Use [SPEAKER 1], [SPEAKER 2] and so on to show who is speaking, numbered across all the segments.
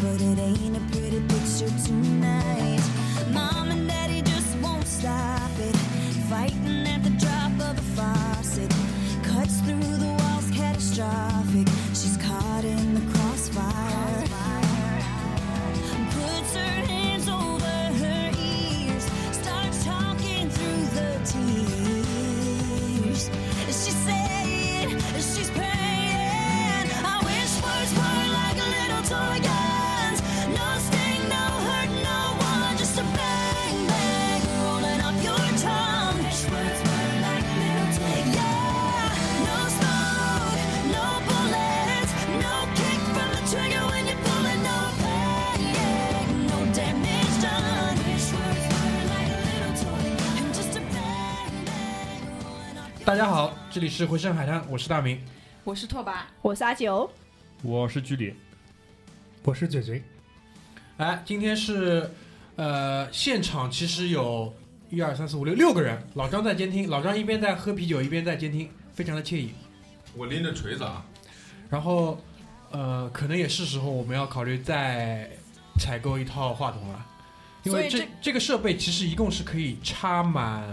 [SPEAKER 1] ain't a pretty picture tonight. Mom and daddy just won't stop it. Fighting at the drop of a faucet. Cuts through the walls, catastrophic. She's caught in the crossfire. Puts her hands over her ears. Starts talking through the tears. She's saying, she's praying. I wish words were like little toy guns. No sting, no hurt, no one. Just a bang, bang, rolling off your tongue. Wish words were like little toy guns. Yeah, no smoke, no bullets, no kick from the trigger when you're pulling no pain, no damage done. Wish words were like little toy guns. Just a bang, bang, rolling off your
[SPEAKER 2] 大家好，这里是回声海滩，我是大明。
[SPEAKER 3] 我是拓跋，
[SPEAKER 4] 我是阿九，
[SPEAKER 5] 我是居里，
[SPEAKER 6] 我是嘴嘴，
[SPEAKER 2] 哎，今天是呃，现场其实有一二三四五六六个人，老张在监听，老张一边在喝啤酒一边在监听，非常的惬意。
[SPEAKER 7] 我拎着锤子啊，
[SPEAKER 2] 然后呃，可能也是时候我们要考虑再采购一套话筒了，因为
[SPEAKER 3] 所以
[SPEAKER 2] 这
[SPEAKER 3] 这
[SPEAKER 2] 这个设备其实一共是可以插满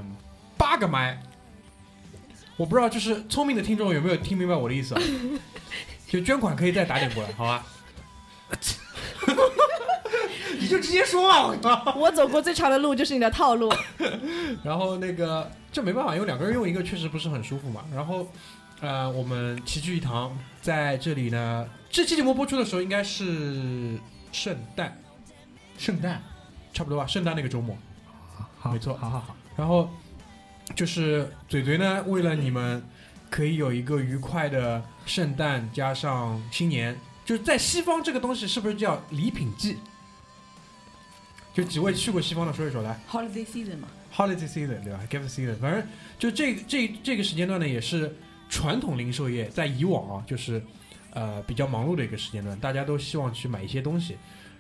[SPEAKER 2] 八个麦。我不知道，就是聪明的听众有没有听明白我的意 思啊？就捐款可以再打点过来，好吧？ 你就直接说嘛，我靠！
[SPEAKER 4] 我走过最长的路就是你的套 路。
[SPEAKER 2] 然后那个这没办法，因为两个人用一个确实不是很舒服嘛。然后，呃，我们齐聚一堂，在这里呢，这期节目播出的时候应该是圣诞，圣诞，差不多吧，圣诞那个周末。
[SPEAKER 6] 好，
[SPEAKER 2] 没错
[SPEAKER 6] 好好好，
[SPEAKER 2] 然后就是嘴嘴呢，为了你们可以有一个愉快的圣诞加上新年，就是在西方这个东西是不是叫礼品季？就几位去过西方的说一说来。
[SPEAKER 3] holiday season 嘛，
[SPEAKER 2] holiday season 对吧？gift season，反正就这个这这个时间段呢，也是传统零售业在以往啊，就是呃比较忙碌的一个时间段，大家都希望去买一些东西，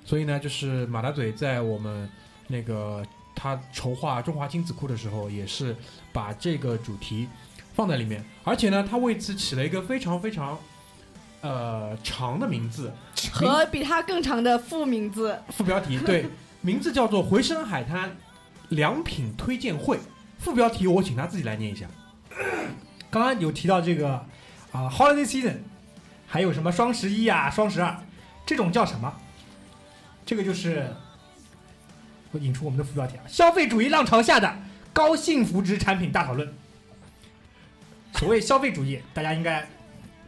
[SPEAKER 2] 所以呢，就是马大嘴在我们那个他筹划中华亲子库的时候，也是把这个主题放在里面，而且呢，他为此起了一个非常非常呃长的名字，
[SPEAKER 4] 和比他更长的副名字，
[SPEAKER 2] 副标 题对，名字叫做“回声海滩良品推荐会”。副标题我请他自己来念一 下。
[SPEAKER 6] 刚刚有提到这个啊，holiday season，还有什么双十一啊、双十二，这种叫什么？这个就是我引出我们的副标题啊，消费主义浪潮下的高幸福值产品大讨论。所谓消费主义，大家应该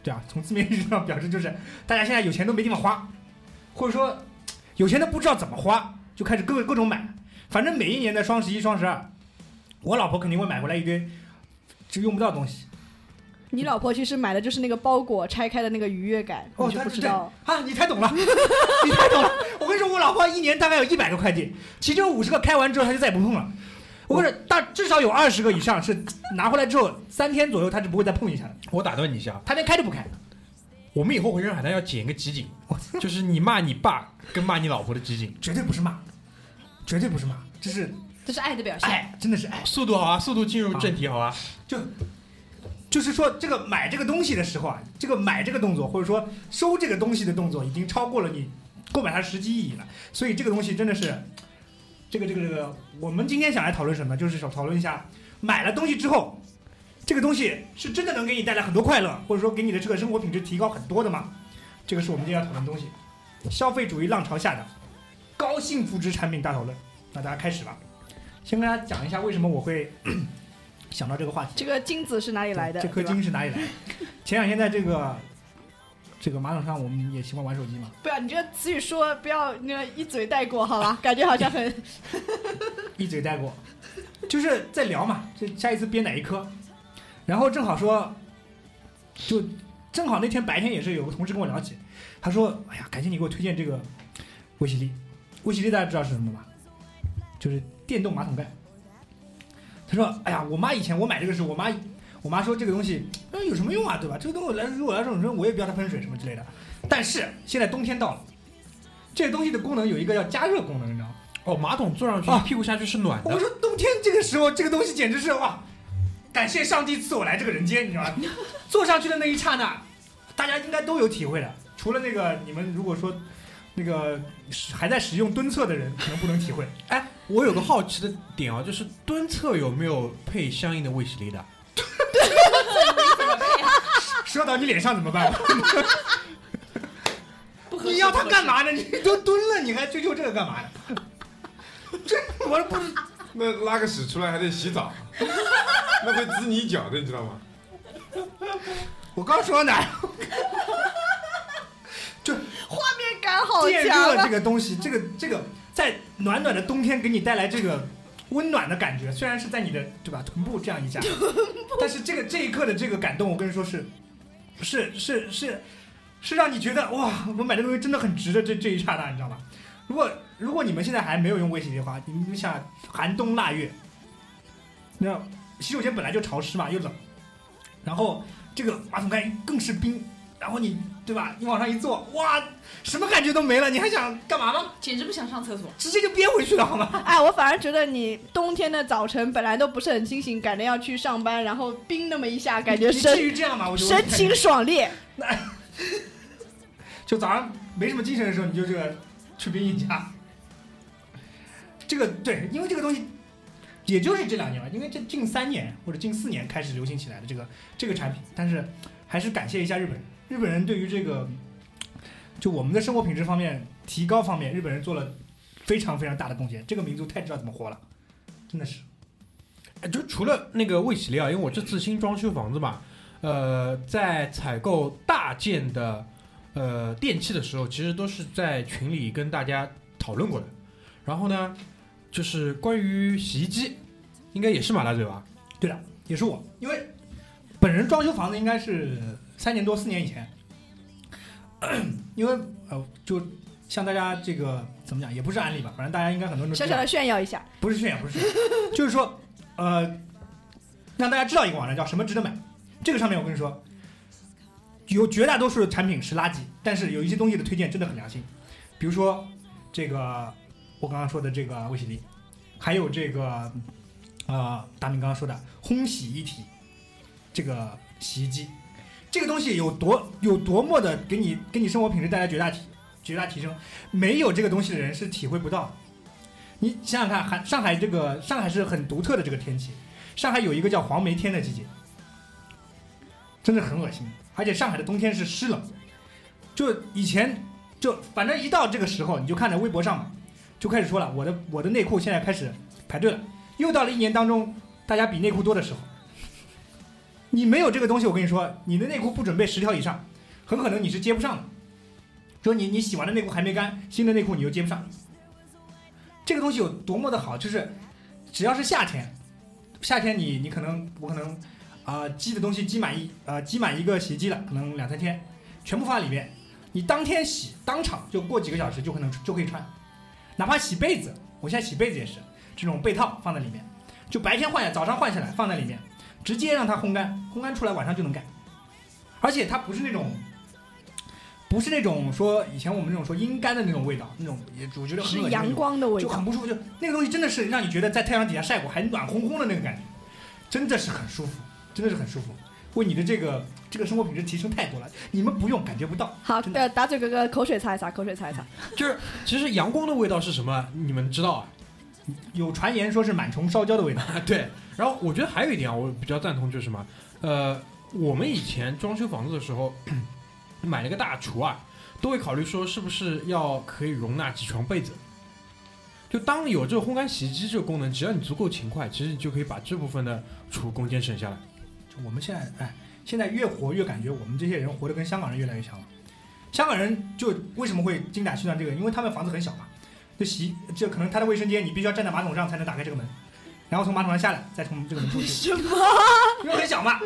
[SPEAKER 6] 对啊，从字面意义上表示就是大家现在有钱都没地方花，或者说有钱都不知道怎么花，就开始各各种买。反正每一年的双十一、双十二，我老婆肯定会买回来一堆就用不到的东西。
[SPEAKER 4] 你老婆其实买的就是那个包裹拆开的那个愉悦感，
[SPEAKER 6] 哦，
[SPEAKER 4] 你就
[SPEAKER 6] 他
[SPEAKER 4] 不知道。
[SPEAKER 6] 啊，你太懂了，你太懂了。我跟你说，我老婆一年大概有一百个快递，其中五十个开完之后，她就再也不碰了。我跟你说，大至少有二十个以上是拿回来之后三天左右，她是不会再碰一下的，
[SPEAKER 2] 我打断你一下，
[SPEAKER 6] 她连开都不开。
[SPEAKER 2] 我们以后回声海滩要剪一个集锦，
[SPEAKER 6] 我
[SPEAKER 2] 就是你骂你爸跟骂你老婆的集锦。
[SPEAKER 6] 绝对不是骂，绝对不是骂，这是
[SPEAKER 3] 这是爱的表现。
[SPEAKER 6] 爱，真的是哎爱。
[SPEAKER 2] 速度好啊，速度进入正题好啊。
[SPEAKER 6] 就就是说，这个买这个东西的时候啊，这个买这个动作，或者说收这个东西的动作，已经超过了你购买它的实际意义了。所以这个东西真的是，这个这个这个，我们今天想来讨论什么？就是想讨论一下，买了东西之后，这个东西是真的能给你带来很多快乐，或者说给你的这个生活品质提高很多的吗？这个是我们今天要讨论的东西。消费主义浪潮下的高幸福值产品大讨论，那大家开始吧。先跟大家讲一下为什么我会想到这个话题。
[SPEAKER 4] 这个金子是哪里来的？
[SPEAKER 6] 这颗
[SPEAKER 4] 对吧
[SPEAKER 6] 金是哪里来的？前两天在这个这个马桶上，我们也喜欢玩手机嘛，
[SPEAKER 4] 不要你这个词语说不要那个一嘴带过，好 吧？感觉好像很
[SPEAKER 6] 一嘴带过，就是在聊嘛，就下一次编哪一科，然后正好说，就正好那天白天也是有个同事跟我聊起，他说：“哎呀，感谢你给我推荐这个威喜利，威喜利大家知道是什么吧？就是电动马桶盖。”他说：“哎呀，我妈以前我买这个时候，我妈我妈说这个东西，嗯，有什么用啊，对吧？这个东西来如果来说，我也不要它喷水什么之类的。但是现在冬天到了，这个东西的功能有一个叫加热功能，你知道吗？
[SPEAKER 2] 哦，马桶坐上去，
[SPEAKER 6] 啊
[SPEAKER 2] 屁股下去是暖
[SPEAKER 6] 我
[SPEAKER 2] 的。
[SPEAKER 6] 说冬天这个时候，这个东西简直是哇！感谢上帝赐我来这个人间，你知道吧？坐上去的那一刹那，大家应该都有体会的。除了那个你们如果说那个使还在使用蹲测的人可能不能体会。
[SPEAKER 2] 哎，我有个好奇的点啊，就是蹲测有没有配相应的卫士雷达？
[SPEAKER 6] 射到你脸上怎么办？
[SPEAKER 5] 不合适
[SPEAKER 6] 你要它干？嘛呢？你都蹲了，你还追求这个干嘛呢？ 这我不是
[SPEAKER 7] 那拉个屎出来还得洗澡，那会滋你脚的，你知道吗？
[SPEAKER 6] 我刚说到哪儿？
[SPEAKER 4] 画面感好
[SPEAKER 6] 电
[SPEAKER 4] 强
[SPEAKER 6] 热
[SPEAKER 4] 啊！
[SPEAKER 6] 这个东西，这个这个在暖暖的冬天给你带来这个温暖的感觉，虽然是在你的对吧臀部这样一下，但是这个这一刻的这个感动，我跟你说是是是是是让你觉得哇，我买这个东西真的很值的这这一刹那，你知道吗？如果如果你们现在还没有用微洗的话，你们想寒冬腊月，那洗手间本来就潮湿嘛，又冷，然后这个马桶盖更是冰，然后你对吧？你往上一坐，哇，什么感觉都没了，你还想干嘛呢？
[SPEAKER 3] 简直不想上厕所。
[SPEAKER 6] 直接就憋回去了好吗？
[SPEAKER 4] 哎，我反而觉得你冬天的早晨本来都不是很清醒，赶着要去上班，然后冰那么一下，感觉
[SPEAKER 6] 你至
[SPEAKER 4] 神
[SPEAKER 6] 于这样吗？我就
[SPEAKER 4] 神清爽利。
[SPEAKER 6] 就早上没什么精神的时候，你就这个去冰一下。这个对，因为这个东西也就是这两年吧，因为这近三年或者近四年开始流行起来的这个这个产品，但是还是感谢一下日本人，日本人对于这个就我们的生活品质方面提高方面，日本人做了非常非常大的贡献，这个民族太知道怎么活了，真的是。
[SPEAKER 2] 哎就除了那个卫喜雷啊，因为我这次新装修房子嘛，呃，在采购大件的呃电器的时候，其实都是在群里跟大家讨论过的。然后呢，就是关于洗衣机，应该也是马大嘴吧？
[SPEAKER 6] 对的，也是我，因为本人装修房子应该是三年多四年以前， 因为呃，就像大家这个怎么讲，也不是安利吧，反正大家应该很多人都
[SPEAKER 4] 小
[SPEAKER 6] 知
[SPEAKER 4] 小
[SPEAKER 6] 道
[SPEAKER 4] 的，炫耀一下，
[SPEAKER 6] 不是炫耀，不是炫耀， 就是说呃，让大家知道一个网站叫什么值得买，这个上面我跟你说，有绝大多数的产品是垃圾，但是有一些东西的推荐真的很良心，比如说这个我刚刚说的这个卫洗力，还有这个呃，大明刚刚说的烘洗一体，这个洗衣机，这个东西有多有多么的给你给你生活品质带来绝大提绝大提升，没有这个东西的人是体会不到的。你想想看，韩上海这个上海是很独特的这个天气，上海有一个叫黄梅天的季节，真的很恶心。而且上海的冬天是湿冷，就以前就反正一到这个时候，你就看着微博上嘛，就开始说了，我的我的内裤现在开始排队了。又到了一年当中，大家比内裤多的时候，你没有这个东西，我跟你说，你的内裤不准备十条以上，很可能你是接不上的。说你你洗完的内裤还没干，新的内裤你又接不上。这个东西有多么的好，就是只要是夏天，夏天你你可能我可能啊、积的东西积满一啊积满一个洗衣机了，可能两三天，全部放在里面，你当天洗，当场就过几个小时就可能就可以穿，哪怕洗被子，我现在洗被子也是这种被套放在里面，就白天换下，早上换下来放在里面，直接让它烘干，烘干出来晚上就能干，而且它不是那种。不是那种说以前我们那种说阴干的那种味道，那种也我觉得很
[SPEAKER 4] 是
[SPEAKER 6] 恶心那种
[SPEAKER 4] 阳光的味
[SPEAKER 6] 就
[SPEAKER 4] 道
[SPEAKER 6] 很。不舒服，就那个东西真的是让你觉得在太阳底下晒过还暖烘烘的那个感觉，真的是很舒服，真的是很舒服，为你的这个这个生活品质提升太多了。你们不用感觉不到，
[SPEAKER 4] 好，
[SPEAKER 6] 真
[SPEAKER 4] 的，打嘴哥哥，口水擦一擦，口水擦一擦。
[SPEAKER 2] 就是其实阳光的味道是什么？你们知道啊？
[SPEAKER 6] 有传言说是螨虫烧焦的味道，
[SPEAKER 2] 啊， 对。然后我觉得还有一点啊，我比较赞同就是什么，呃，我们以前装修房子的时候，买了个大厨啊，都会考虑说是不是要可以容纳几床被子。就当有这个烘干洗衣机这个功能，只要你足够勤快，其实你就可以把这部分的储物空间省下来。
[SPEAKER 6] 就我们现在哎，现在越活越感觉我们这些人活得跟香港人越来越像了。香港人就为什么会精打细算这个？因为他们房子很小嘛，就洗就可能他的卫生间你必须要站在马桶上才能打开这个门，然后从马桶上下来，再从这个门出去。
[SPEAKER 4] 什么？
[SPEAKER 6] 因为很小嘛。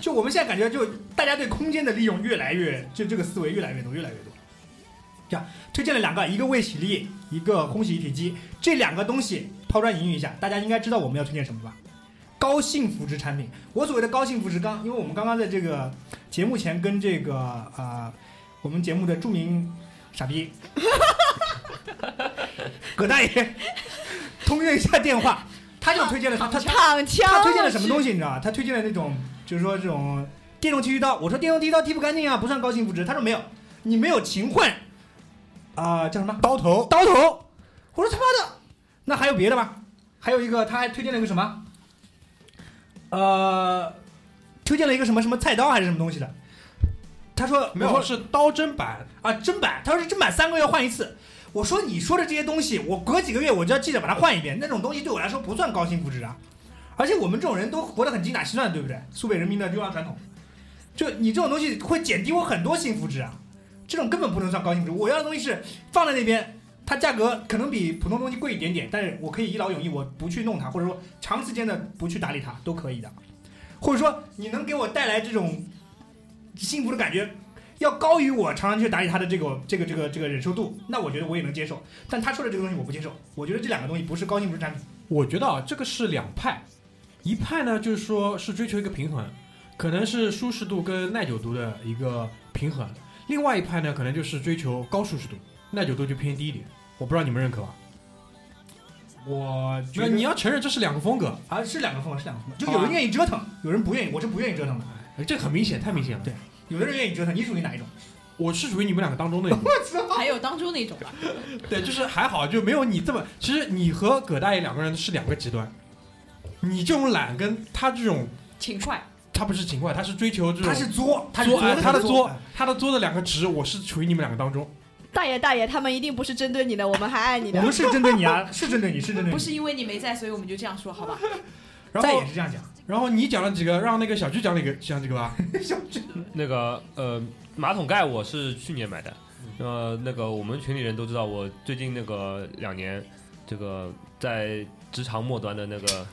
[SPEAKER 6] 就我们现在感觉，就大家对空间的利用越来越，就这个思维越来越多，越来越多。这样推荐了两个，一个卫洗力，一个烘洗一体机，这两个东西抛砖引玉一下，大家应该知道我们要推荐什么吧？高幸福值产品。我所谓的高幸福值，刚因为我们刚刚在这个节目前跟这个呃，我们节目的著名傻逼葛大爷通了一下电话，他就推荐了他他
[SPEAKER 4] 躺枪。
[SPEAKER 6] 他推荐了什么东西，你知道吧？他推荐了那种，就是说这种电动剃须刀。我说电动剃须刀剃不干净啊，不算高幸福值。他说没有，你没有勤换，啊、叫什么
[SPEAKER 5] 刀头，
[SPEAKER 6] 刀头。我说他妈的，那还有别的吗？还有一个，他还推荐了一个什么？呃，推荐了一个什么什么菜刀还是什么东西的？他说
[SPEAKER 2] 没
[SPEAKER 6] 我说
[SPEAKER 2] 有，是刀针版，
[SPEAKER 6] 啊，正版，他说是正版三个月换一次。我说你说的这些东西，我隔几个月我就要记得把它换一遍，那种东西对我来说不算高幸福指啊。而且我们这种人都活得很精打细算，对不对？苏北人民的优良传统，就你这种东西会减低我很多幸福值啊。这种根本不能算高幸福值。我要的东西是放在那边，它价格可能比普通东西贵一点点，但是我可以一劳永逸，我不去弄它，或者说长时间的不去打理它都可以的。或者说你能给我带来这种幸福的感觉，要高于我常常去打理他的这个这个这个这个忍受度，那我觉得我也能接受。但他说的这个东西我不接受，我觉得这两个东西不是高兴不是产品。
[SPEAKER 2] 我觉得啊，这个是两派，一派呢就是说是追求一个平衡，可能是舒适度跟耐久度的一个平衡；另外一派呢，可能就是追求高舒适度，耐久度就偏低一点。我不知道你们认可吧？
[SPEAKER 6] 我觉
[SPEAKER 2] 那
[SPEAKER 6] 得
[SPEAKER 2] 你要承认这是两个风格，
[SPEAKER 6] 啊是两个风格，是两个风格，就
[SPEAKER 2] 好啊
[SPEAKER 6] 有人愿意折腾，有人不愿意，我是不愿意折腾的。
[SPEAKER 2] 哎这很明显，太明显了。
[SPEAKER 6] 对有的人愿意折腾，你属于哪一种？
[SPEAKER 2] 我是属于你们两个当中的一个，
[SPEAKER 3] 还有当初那种吧，
[SPEAKER 2] 对，就是还好，就没有你这么。其实你和葛大爷两个人是两个极端，你这种懒跟他这种，
[SPEAKER 3] 勤快，
[SPEAKER 2] 他不是勤快，他是追求这种
[SPEAKER 6] 他是作，他
[SPEAKER 2] 嗯
[SPEAKER 6] 是
[SPEAKER 2] 作，哎他的
[SPEAKER 6] 作
[SPEAKER 2] 作，，他的作的两个值，我是处于你们两个当中。
[SPEAKER 4] 大爷大爷，他们一定不是针对你的，我们还爱你
[SPEAKER 6] 我
[SPEAKER 4] 的。
[SPEAKER 6] 们是针对你啊，是针对你，是针对
[SPEAKER 3] 不
[SPEAKER 6] 你。
[SPEAKER 3] 是因为你没在，所以我们就这样说，好 吧？
[SPEAKER 2] 然
[SPEAKER 6] 再
[SPEAKER 2] 后
[SPEAKER 6] 也是这样讲，
[SPEAKER 2] 然后你讲了几个，让那个小鞠讲了一个，讲几个啊吧。
[SPEAKER 8] 那个呃，马桶盖我是去年买的，呃，那个我们群里人都知道，我最近那个两年，这个在职场末端的那个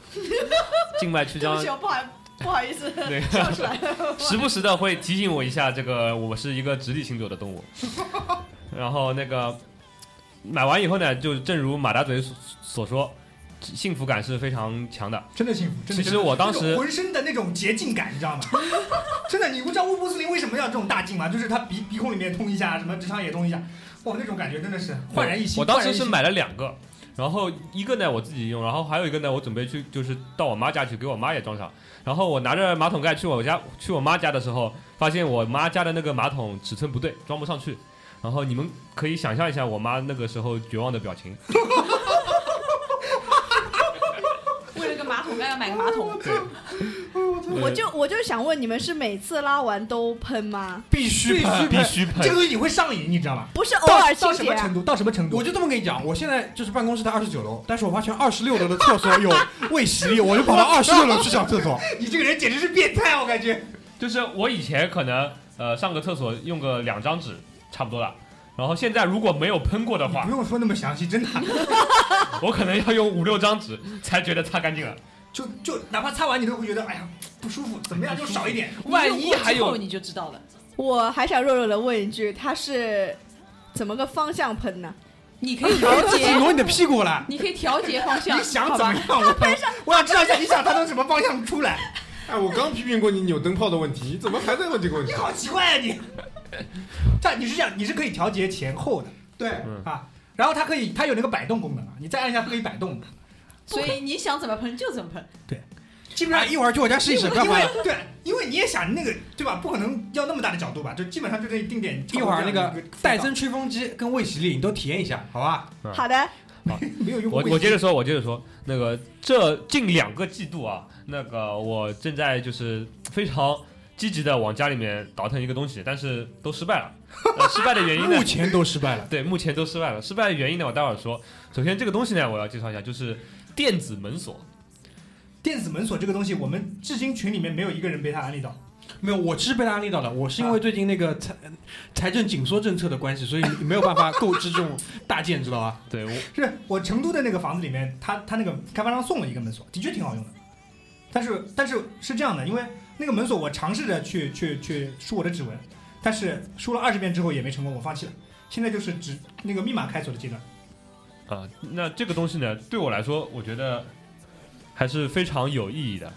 [SPEAKER 8] 境外曲
[SPEAKER 4] 对不
[SPEAKER 8] 张
[SPEAKER 4] 起，，我不好不好意思
[SPEAKER 8] 对
[SPEAKER 4] 笑出来了。
[SPEAKER 8] 时不时的会提醒我一下，这个我是一个直立行走的动物。然后那个买完以后呢，就正如马大嘴所所说，幸福感是非常强的。
[SPEAKER 6] 真的幸福。真的幸福
[SPEAKER 8] 其实我当时
[SPEAKER 6] 那种浑身的那种洁净感，你知道吗？ 真的，你不知道乌波斯林为什么要这种大劲吗？就是他鼻鼻孔里面通一下，什么直肠也通一下，哇，那种感觉真的是焕然一新。
[SPEAKER 8] 我当
[SPEAKER 6] 焕然
[SPEAKER 8] 时
[SPEAKER 6] 一
[SPEAKER 8] 是
[SPEAKER 6] 新
[SPEAKER 8] 买了两个，然后一个呢我自己用，然后还有一个呢我准备去就是到我妈家去给我妈也装上。然后我拿着马桶盖去我家去我妈家的时候，发现我妈家的那个马桶尺寸不对，装不上去。然后你们可以想象一下我妈那个时候绝望的表情。
[SPEAKER 3] 为了个马桶盖要买个马桶，
[SPEAKER 4] 我就我就想问，你们是每次拉完都喷吗？
[SPEAKER 2] 必须喷
[SPEAKER 8] 必须
[SPEAKER 6] 这个
[SPEAKER 8] 喷。
[SPEAKER 6] 东西你会上瘾，你知道吗？
[SPEAKER 4] 不是偶
[SPEAKER 6] 到
[SPEAKER 4] 尔清
[SPEAKER 6] 到什
[SPEAKER 4] 洁
[SPEAKER 6] 么
[SPEAKER 4] 啊、
[SPEAKER 6] 程度？到什么程度？
[SPEAKER 2] 我就这么跟你讲，我现在就是办公室在二十九楼，但是我发现二十六楼的厕所有卫洗力，我就跑到二十六楼去上厕所。
[SPEAKER 6] 你这个人简直是变态，我感觉。
[SPEAKER 8] 就是我以前可能呃上个厕所用个两张纸差不多了，然后现在如果没有喷过的
[SPEAKER 6] 你
[SPEAKER 8] 话
[SPEAKER 6] 不，用说那么详细，真的，
[SPEAKER 8] 我可能要用五六张纸才觉得擦干净了。
[SPEAKER 6] 就就哪怕擦完你都会觉得，哎呀不舒服，怎么样就少一 啊点。
[SPEAKER 8] 万一还
[SPEAKER 3] 你用过之后
[SPEAKER 8] 有
[SPEAKER 3] 你就知道了。
[SPEAKER 4] 我还想弱弱的问一句，他是怎么个方向喷呢？
[SPEAKER 3] 你可以
[SPEAKER 4] 啊
[SPEAKER 3] 调
[SPEAKER 2] 自己
[SPEAKER 3] 节，
[SPEAKER 2] 挪你的屁股来，
[SPEAKER 3] 你可以调节方向，
[SPEAKER 6] 你想
[SPEAKER 3] 好
[SPEAKER 6] 怎么
[SPEAKER 3] 吧？
[SPEAKER 6] 样？我 我想知道一下，你想他从什么方向出来？
[SPEAKER 7] 哎，我刚批评过你扭灯泡的问题，你怎么还在问这个问
[SPEAKER 6] 你
[SPEAKER 7] 题？
[SPEAKER 6] 好奇怪啊 你！这样你是这样，你是可以调节前后的
[SPEAKER 7] 对，
[SPEAKER 6] 啊，然后它可以它有那个摆动功能啊，你再按一下它可以摆动的，
[SPEAKER 3] 所以你想怎么喷就怎么喷。
[SPEAKER 6] 基 本
[SPEAKER 2] 哎
[SPEAKER 6] 上
[SPEAKER 2] 一会儿去我家试一试，不要
[SPEAKER 6] 因
[SPEAKER 2] 烦
[SPEAKER 6] 为
[SPEAKER 2] 了。
[SPEAKER 6] 对，因为你也想那个对吧？不可能要那么大的角度吧？就基本上就这一定点。
[SPEAKER 2] 一会儿那个
[SPEAKER 6] 差不多这样一个
[SPEAKER 2] 戴森吹风机跟卫洗力你都体验一下，好吧？
[SPEAKER 8] 嗯
[SPEAKER 4] 好的，
[SPEAKER 6] 没有用过
[SPEAKER 8] 我
[SPEAKER 6] 卫生
[SPEAKER 8] 我接着说，我接着说，那个这近两个季度啊，那个我正在就是非常积极的往家里面倒腾一个东西，但是都失败了。呃失败的原因呢
[SPEAKER 2] 目？前都失败了。
[SPEAKER 8] 对，目前都失败了。失败的原因呢，我待会儿说。首先，这个东西呢，我要介绍一下，就是电子门锁。
[SPEAKER 6] 电子门锁这个东西，我们至今群里面没有一个人被他安利到。
[SPEAKER 2] 没有，我是被他安利到的。我是因为最近那个财财政紧缩政策的关系，所以没有办法购置这种大件，知道吧？
[SPEAKER 8] 对我
[SPEAKER 6] 是我成都的那个房子里面，他他那个开发商送了一个门锁，的确挺好用的。但是但是是这样的，因为那个门锁我尝试着去去去输我的指纹，但是输了二十遍之后也没成功，我放弃了。现在就是指那个密码开锁的阶段，
[SPEAKER 8] 啊、那这个东西呢，对我来说，我觉得还是非常有意义的。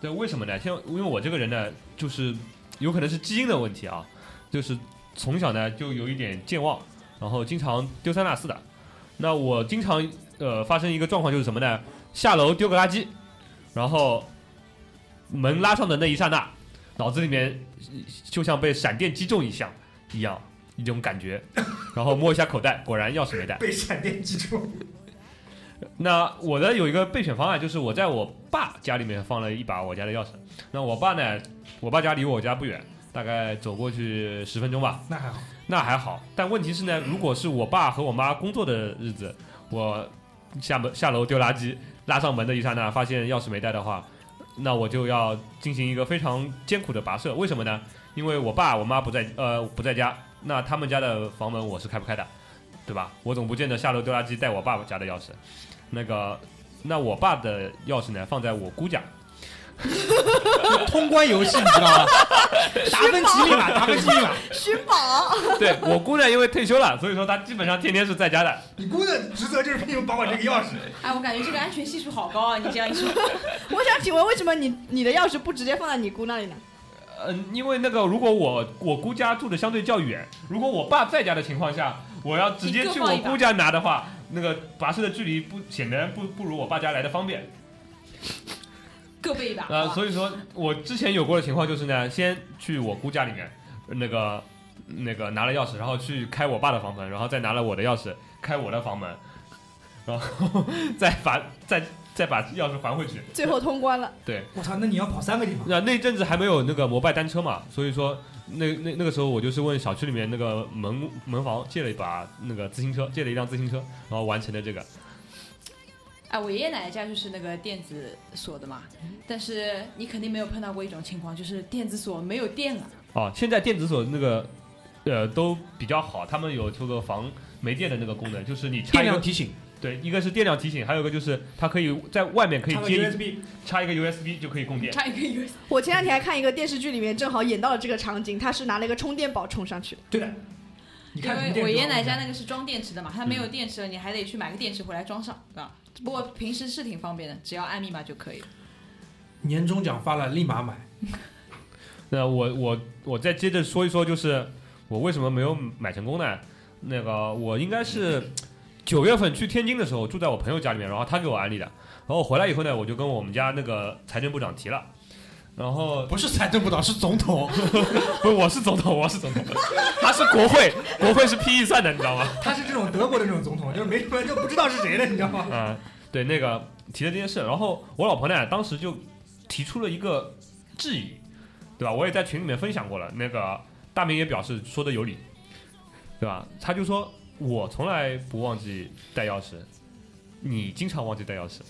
[SPEAKER 8] 对，为什么呢？像因为我这个人呢，就是有可能是基因的问题啊，就是从小呢就有一点健忘，然后经常丢三落四的。那我经常呃发生一个状况就是什么呢？下楼丢个垃圾，然后门拉上的那一刹那，脑子里面就像被闪电击中一下一样，一种感觉，然后摸一下口袋，果然钥匙没带。
[SPEAKER 6] 被闪电击中。
[SPEAKER 8] 那我的有一个备选方案，就是我在我爸家里面放了一把我家的钥匙。那我爸呢，我爸家离我家不远，大概走过去十分钟吧。
[SPEAKER 6] 那还好，
[SPEAKER 8] 那还好，但问题是呢，如果是我爸和我妈工作的日子，我下门下楼丢垃圾，拉上门的一刹那发现钥匙没带的话，那我就要进行一个非常艰苦的跋涉。为什么呢？因为我爸我妈不在，呃，不在家，那他们家的房门我是开不开的，对吧？我总不见得下楼丢垃圾带我爸家的钥匙。那个，那我爸的钥匙呢，放在我姑家，
[SPEAKER 6] 通关游戏你知 道吗？达芬奇密码，达芬奇密码。
[SPEAKER 4] 寻宝，
[SPEAKER 8] 对我姑呢，因为退休了，所以说她基本上天天是在家的。
[SPEAKER 6] 你姑的职责就是凭保管这个钥匙。
[SPEAKER 3] 哎，我感觉这个安全系数好高啊！你这样一说，
[SPEAKER 4] 我想请问，为什么你你的钥匙不直接放在你姑那里呢？
[SPEAKER 8] 嗯，因为那个，如果我我姑家住的相对较远，如果我爸在家的情况下，我要直接去我姑家拿的话，那个跋涉的距离不显然不不如我爸家来的方便。
[SPEAKER 3] 各备一把。
[SPEAKER 8] 呃，
[SPEAKER 3] 好吧
[SPEAKER 8] 所以说我之前有过的情况就是呢，先去我姑家里面，那个那个拿了钥匙，然后去开我爸的房门，然后再拿了我的钥匙开我的房门，然后 再把再再把钥匙还回去。
[SPEAKER 4] 最后通关了，
[SPEAKER 6] 我操，那你要跑三个地方？
[SPEAKER 8] 那那阵子还没有那个摩拜单车嘛，所以说那那那个时候我就是问小区里面那个门门房借了一把那个自行车，借了一辆自行车，然后完成了这个。
[SPEAKER 3] 哎，我爷爷奶奶家就是那个电子锁的嘛，但是你肯定没有碰到过一种情况，就是电子锁没有电啊了。
[SPEAKER 8] 哦，现在电子锁那个呃都比较好，他们有这个防没电的那个功能，就是你插
[SPEAKER 2] 电
[SPEAKER 8] 一
[SPEAKER 2] 量
[SPEAKER 8] 个
[SPEAKER 2] 提醒，
[SPEAKER 8] 对，一个是电量提醒，还有一个就是它可以在外面可以
[SPEAKER 6] 插个
[SPEAKER 8] 接
[SPEAKER 6] USB，
[SPEAKER 8] 插一个 USB 就可以供电。
[SPEAKER 3] 插一个 USB，
[SPEAKER 4] 我前两天还看一个电视剧，里面正好演到了这个场景，他是拿了一个充电宝充上去的。
[SPEAKER 6] 对的。你
[SPEAKER 3] 因
[SPEAKER 6] 看什么
[SPEAKER 3] 为
[SPEAKER 6] 电
[SPEAKER 3] 我
[SPEAKER 6] 视
[SPEAKER 3] 爷
[SPEAKER 6] 剧
[SPEAKER 3] 爷奶奶
[SPEAKER 6] 我
[SPEAKER 3] 家
[SPEAKER 6] 看
[SPEAKER 3] 那个是装电池的嘛，它没
[SPEAKER 6] 嗯
[SPEAKER 3] 有电池了，你还得去买个电池回来装上，对吧？不过平时是挺方便的，只要按密码就可以了。
[SPEAKER 2] 年终奖发了立马买。
[SPEAKER 8] 那啊我我我再接着说一说，就是我为什么没有买成功呢？那个我应该是九月份去天津的时候，住在我朋友家里面，然后他给我安利的。然后回来以后呢，我就跟我们家那个财政部长提了，然后
[SPEAKER 2] 不是财政部长，是总统。
[SPEAKER 8] 不是我是总统，我是总统，他是国会，国会是批预算的，你知道吗？
[SPEAKER 6] 他是这种德国的那种总统，就是没什么就不知道是谁了，你知道 吗？
[SPEAKER 8] 啊，对，那个提了这件事，然后我老婆呢，当时就提出了一个质疑，对吧？我也在群里面分享过了，那个大明也表示说的有理，对吧？他就说我从来不忘记带钥匙，你经常忘记带钥匙，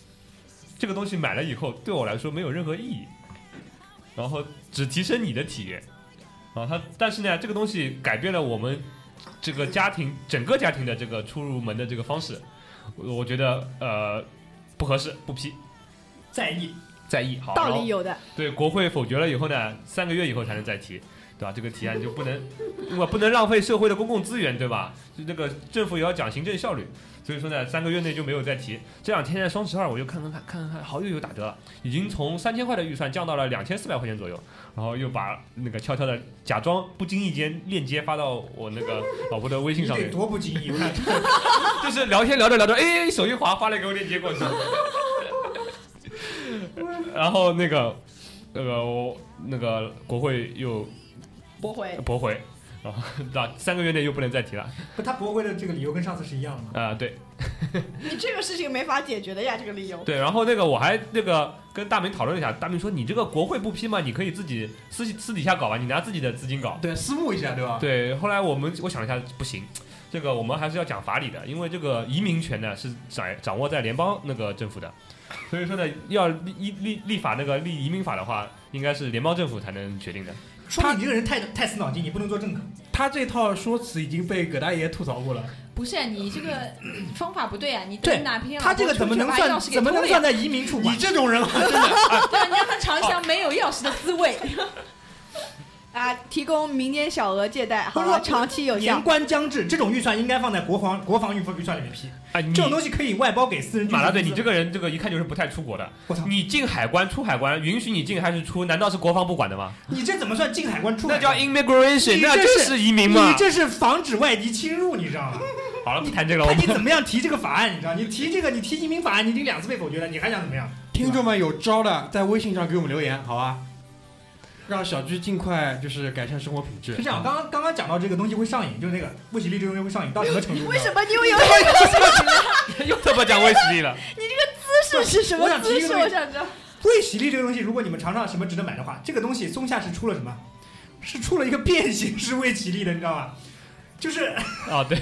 [SPEAKER 8] 这个东西买了以后对我来说没有任何意义，然后只提升你的体验。啊，他但是呢，这个东西改变了我们这个家庭整个家庭的这个出入门的这个方式，我我觉得呃不合适，不批，
[SPEAKER 6] 在意
[SPEAKER 8] 再议好。
[SPEAKER 4] 道
[SPEAKER 8] 然后
[SPEAKER 4] 理有的，
[SPEAKER 8] 对国会否决了以后呢，三个月以后才能再提，对吧？这个提案就不能，我不能浪费社会的公共资源，对吧？就这个政府也要讲行政效率，所以说呢，三个月内就没有再提。这两天呢，双十二我就看看看看看，好又有打折了，已经从三千块的预算降到了两千四百块钱左右，然后又把那个悄悄的假装不经意间链接发到我那个老婆的微信
[SPEAKER 6] 你
[SPEAKER 8] 上
[SPEAKER 6] 得
[SPEAKER 8] 面，
[SPEAKER 6] 多不经意，我看
[SPEAKER 8] 就是聊天聊着聊着，哎，手一滑，发了一个链接过去。然后那个，那个我那个国会又
[SPEAKER 4] 驳回。
[SPEAKER 8] 驳回，然后那三个月内又不能再提了。
[SPEAKER 6] 不，他驳回的这个理由跟上次是一样的吗？
[SPEAKER 8] 啊、对
[SPEAKER 4] 你这个事情没法解决的呀，这个理由。
[SPEAKER 8] 对，然后那个我还那个跟大明讨论了一下，大明说你这个国会不批嘛，你可以自己私私底下搞吧，你拿自己的资金搞。
[SPEAKER 2] 对，私募一下，对吧？
[SPEAKER 8] 对，后来我们我想了一下，不行，这个我们还是要讲法理的，因为这个移民权呢是掌掌握在联邦那个政府的，所以说呢，要立立立立法那个立移民法的话，应该是联邦政府才能决定的。
[SPEAKER 6] 说明你这个人太太死脑筋，你不能做正党。
[SPEAKER 2] 他这套说辞已经被葛大爷吐槽过了。
[SPEAKER 3] 不是、啊、你这 个方法不对啊！你
[SPEAKER 6] 对
[SPEAKER 3] 等哪天
[SPEAKER 6] 他这个怎么能算？怎么能算？在移 民处管？
[SPEAKER 2] 这种人啊，真的。
[SPEAKER 3] 对啊，你让他尝一下没有钥匙的滋 味。
[SPEAKER 4] 啊，提供民间小额借贷，好
[SPEAKER 6] 不是
[SPEAKER 4] 了，
[SPEAKER 6] 说
[SPEAKER 4] 长期有效
[SPEAKER 6] 年。关将至，这种预算应该放在国防国防预算预算里面批。
[SPEAKER 8] 哎，你
[SPEAKER 6] 这种东西可以外包给私人军事公司。
[SPEAKER 8] 马大队，你这个人这个一看就是不太出国的。
[SPEAKER 6] 我操，
[SPEAKER 8] 你进海关出海关，允许你进还是出？难道是国防部管的吗？
[SPEAKER 6] 你这怎么算进海关出海
[SPEAKER 8] 那
[SPEAKER 6] 关？
[SPEAKER 8] 叫 immigration，
[SPEAKER 6] 你
[SPEAKER 8] 那
[SPEAKER 6] 这
[SPEAKER 8] 就是是移民嘛
[SPEAKER 6] 你。这是防止外敌侵入，你知道吗？
[SPEAKER 8] 好了，不谈这个了，我
[SPEAKER 6] 看
[SPEAKER 8] 们
[SPEAKER 6] 你怎么样提这个法案，你知道？你提这个，你提移民法案，你已经两次被否决了，你还想怎么样？
[SPEAKER 2] 听众们有招的，在微信上给我们留言，好吧？让小鞠尽快就是改善生活品质。
[SPEAKER 6] 是这样，刚刚刚刚讲到这个东西会上瘾，就是那个卫喜力这个东西会上瘾，到什么程度 呢？
[SPEAKER 4] 为什么你又有一个
[SPEAKER 8] 又他妈讲威士忌了，
[SPEAKER 4] 姿势是什么姿势？我想知道。
[SPEAKER 6] 卫喜力这个东西，如果你们尝尝什么值得买的话，这个东西松下是出了什么？是出了一个变形式卫喜力的，你知道吗？就是
[SPEAKER 8] 啊，对，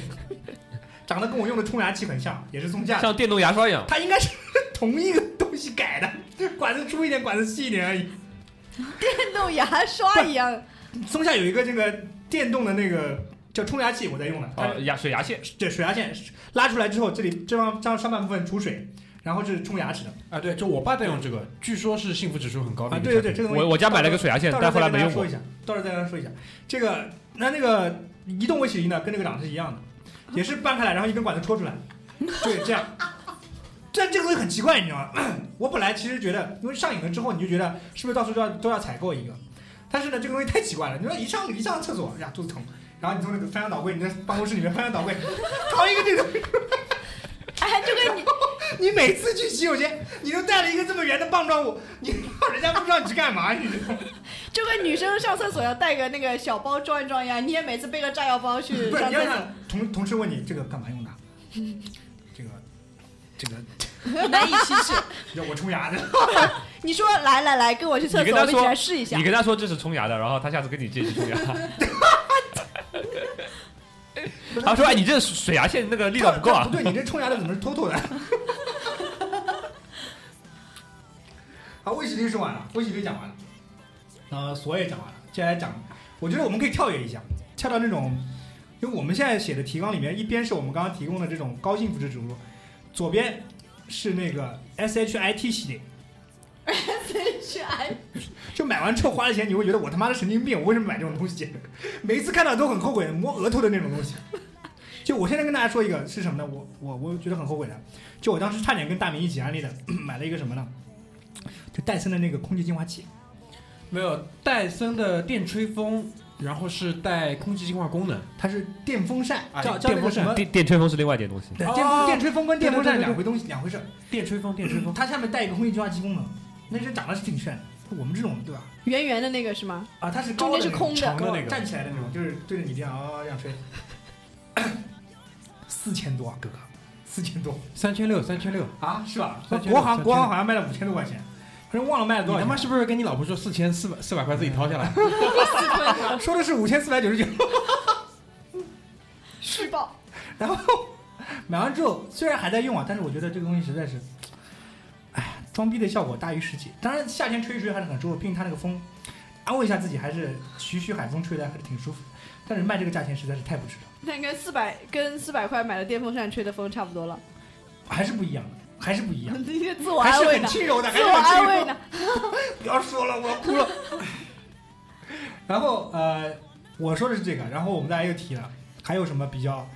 [SPEAKER 6] 长得跟我用的冲牙器很像，也是松下的，
[SPEAKER 8] 像电动牙刷一样。
[SPEAKER 6] 它应该是同一个东西改的，管子粗一点，管子细一点而已。
[SPEAKER 4] 电 动牙刷一样，
[SPEAKER 6] 松下有一个这个电动的那个叫冲牙器，我在用的，它
[SPEAKER 8] 啊，牙水牙线，
[SPEAKER 6] 对水牙线拉出来之后，这里这方上上半部分储水，然后是冲牙齿的
[SPEAKER 2] 啊，对，就我爸在用这个，据说是幸福指数很高的
[SPEAKER 6] 啊，
[SPEAKER 2] 一个
[SPEAKER 6] 对对
[SPEAKER 2] 产
[SPEAKER 6] 对，
[SPEAKER 2] 品
[SPEAKER 6] 这个东西
[SPEAKER 8] 我我家买了个水牙线，
[SPEAKER 6] 到时
[SPEAKER 8] 但
[SPEAKER 6] 候
[SPEAKER 8] 后
[SPEAKER 6] 再
[SPEAKER 8] 来
[SPEAKER 6] 跟大家
[SPEAKER 8] 没用
[SPEAKER 6] 说
[SPEAKER 8] 过
[SPEAKER 6] 一。下，到时候再跟大家说一下，这个那那个移动卫喜仪呢，跟那个长得是一样的，也是掰开来，然后一根管子戳出来，对，这样。但这个东西很奇怪，你知道吗？ 我本来其实觉得，因为上瘾了之后，你就觉得是不是到处都要都要采购一个？但是呢，这个东西太奇怪了。你说一上一上厕所，哎呀，肚子疼，然后你从那个翻箱倒柜，你在办公室里面翻箱倒柜，掏一个这个，
[SPEAKER 4] 哎，就跟你
[SPEAKER 6] 你每次去洗手间，你都带了一个这么圆的棒状物，你 让人家不知道你去干嘛，你知道吗？
[SPEAKER 4] 就跟女生上厕所要带个那个小包装一装一样，你也每次背个炸药包去
[SPEAKER 6] 不是，
[SPEAKER 4] 上
[SPEAKER 6] 你要
[SPEAKER 4] 厕
[SPEAKER 6] 想
[SPEAKER 4] 所。
[SPEAKER 6] 同同事问你这个干嘛用的？啊这个，这个，
[SPEAKER 3] 难以启齿。
[SPEAKER 6] 要我冲牙的。
[SPEAKER 4] 你说来来来，跟我去厕
[SPEAKER 8] 你跟
[SPEAKER 4] 所，我
[SPEAKER 8] 他
[SPEAKER 4] 们一起
[SPEAKER 8] 说
[SPEAKER 4] 来试一下
[SPEAKER 8] 你。跟他说这是冲牙的，然后他下次跟你借 去冲牙。他说：“哎，你这水牙线那 个力道不够啊
[SPEAKER 6] 不！对，你这冲牙的怎么是偷偷的？ 好，卫喜力说完了，卫喜力讲完了，呃，锁也讲完了，接下来讲，我觉得我们可以跳跃一下，跳到那种，因为我们现在写的提纲里面，一边是我们刚刚提供的这种高幸福指数，左边是那个 SHIT 系列，就买完之后花了钱，你会觉得我他妈的神经病，我为什么买这种东西？每一次看到都很后悔，摸额头的那种 东西。就我现在跟大家说一个是什么呢？我我我觉得很后悔的，就我当时差点跟大明一起安利的， 买了一个什么呢？就戴森的那个空气净化器，
[SPEAKER 2] 没有戴森的电吹风，然后是带空气净化功能。
[SPEAKER 6] 它是电风扇，
[SPEAKER 2] 哎
[SPEAKER 6] 叫叫那
[SPEAKER 2] 电
[SPEAKER 6] 个
[SPEAKER 2] 风
[SPEAKER 6] 什
[SPEAKER 2] 扇
[SPEAKER 6] 么？
[SPEAKER 8] 电电吹风是另外一件东西。
[SPEAKER 6] 对
[SPEAKER 2] 哦
[SPEAKER 6] 电电吹风跟电风扇
[SPEAKER 2] 对对对对
[SPEAKER 6] 两回东西，两回事儿。
[SPEAKER 2] 电吹风，电吹风，
[SPEAKER 6] 它下面带一个空气净化器功能，那是长得是挺炫的。我们这种对吧？
[SPEAKER 4] 圆圆的那个是 吗？
[SPEAKER 6] 啊，它是
[SPEAKER 4] 中
[SPEAKER 6] 高的
[SPEAKER 4] 间是
[SPEAKER 6] 那嗯种
[SPEAKER 4] 空
[SPEAKER 2] 长
[SPEAKER 4] 的，
[SPEAKER 2] 的嗯那
[SPEAKER 6] 站
[SPEAKER 2] 个，
[SPEAKER 6] 起来的那种，就是对着你这样啊、这样吹， 四千多啊，哥哥，四千多
[SPEAKER 2] 三千六，三千六。
[SPEAKER 6] 啊，是吧？
[SPEAKER 2] 三千
[SPEAKER 6] 国行
[SPEAKER 2] 三千
[SPEAKER 6] 国行好像卖了五千多块钱，反正忘了卖了
[SPEAKER 2] 你
[SPEAKER 6] 多少
[SPEAKER 2] 他
[SPEAKER 6] 钱
[SPEAKER 2] 妈。是不是跟你老婆说四千四百四百块自己掏下 来？
[SPEAKER 6] 说的是五千四百九十九，
[SPEAKER 4] 虚报。
[SPEAKER 6] 然后买完之后虽然还在用啊，但是我觉得这个东西实在是，哎，装逼的效果大于实际。当然夏天吹一吹还是很舒服，毕竟它那个风，安慰一下自己还是徐徐海风吹来还是挺舒服。但是卖这个价钱实在是太不值了，
[SPEAKER 4] 那跟四百跟四百块买的电风扇吹的风差不多了，
[SPEAKER 6] 还是不一样的，还是不一样，
[SPEAKER 4] 你自我
[SPEAKER 6] 还
[SPEAKER 4] 安
[SPEAKER 6] 是
[SPEAKER 4] 慰
[SPEAKER 6] 很
[SPEAKER 4] 呢，
[SPEAKER 6] 轻柔的，
[SPEAKER 4] 自
[SPEAKER 6] 还是
[SPEAKER 4] 我
[SPEAKER 6] 很轻
[SPEAKER 4] 安
[SPEAKER 6] 柔的
[SPEAKER 4] 慰。呢。
[SPEAKER 6] 不要说了，我要哭了。 然后呃，我说的是这个，然后我们大家又提了，还有什么比较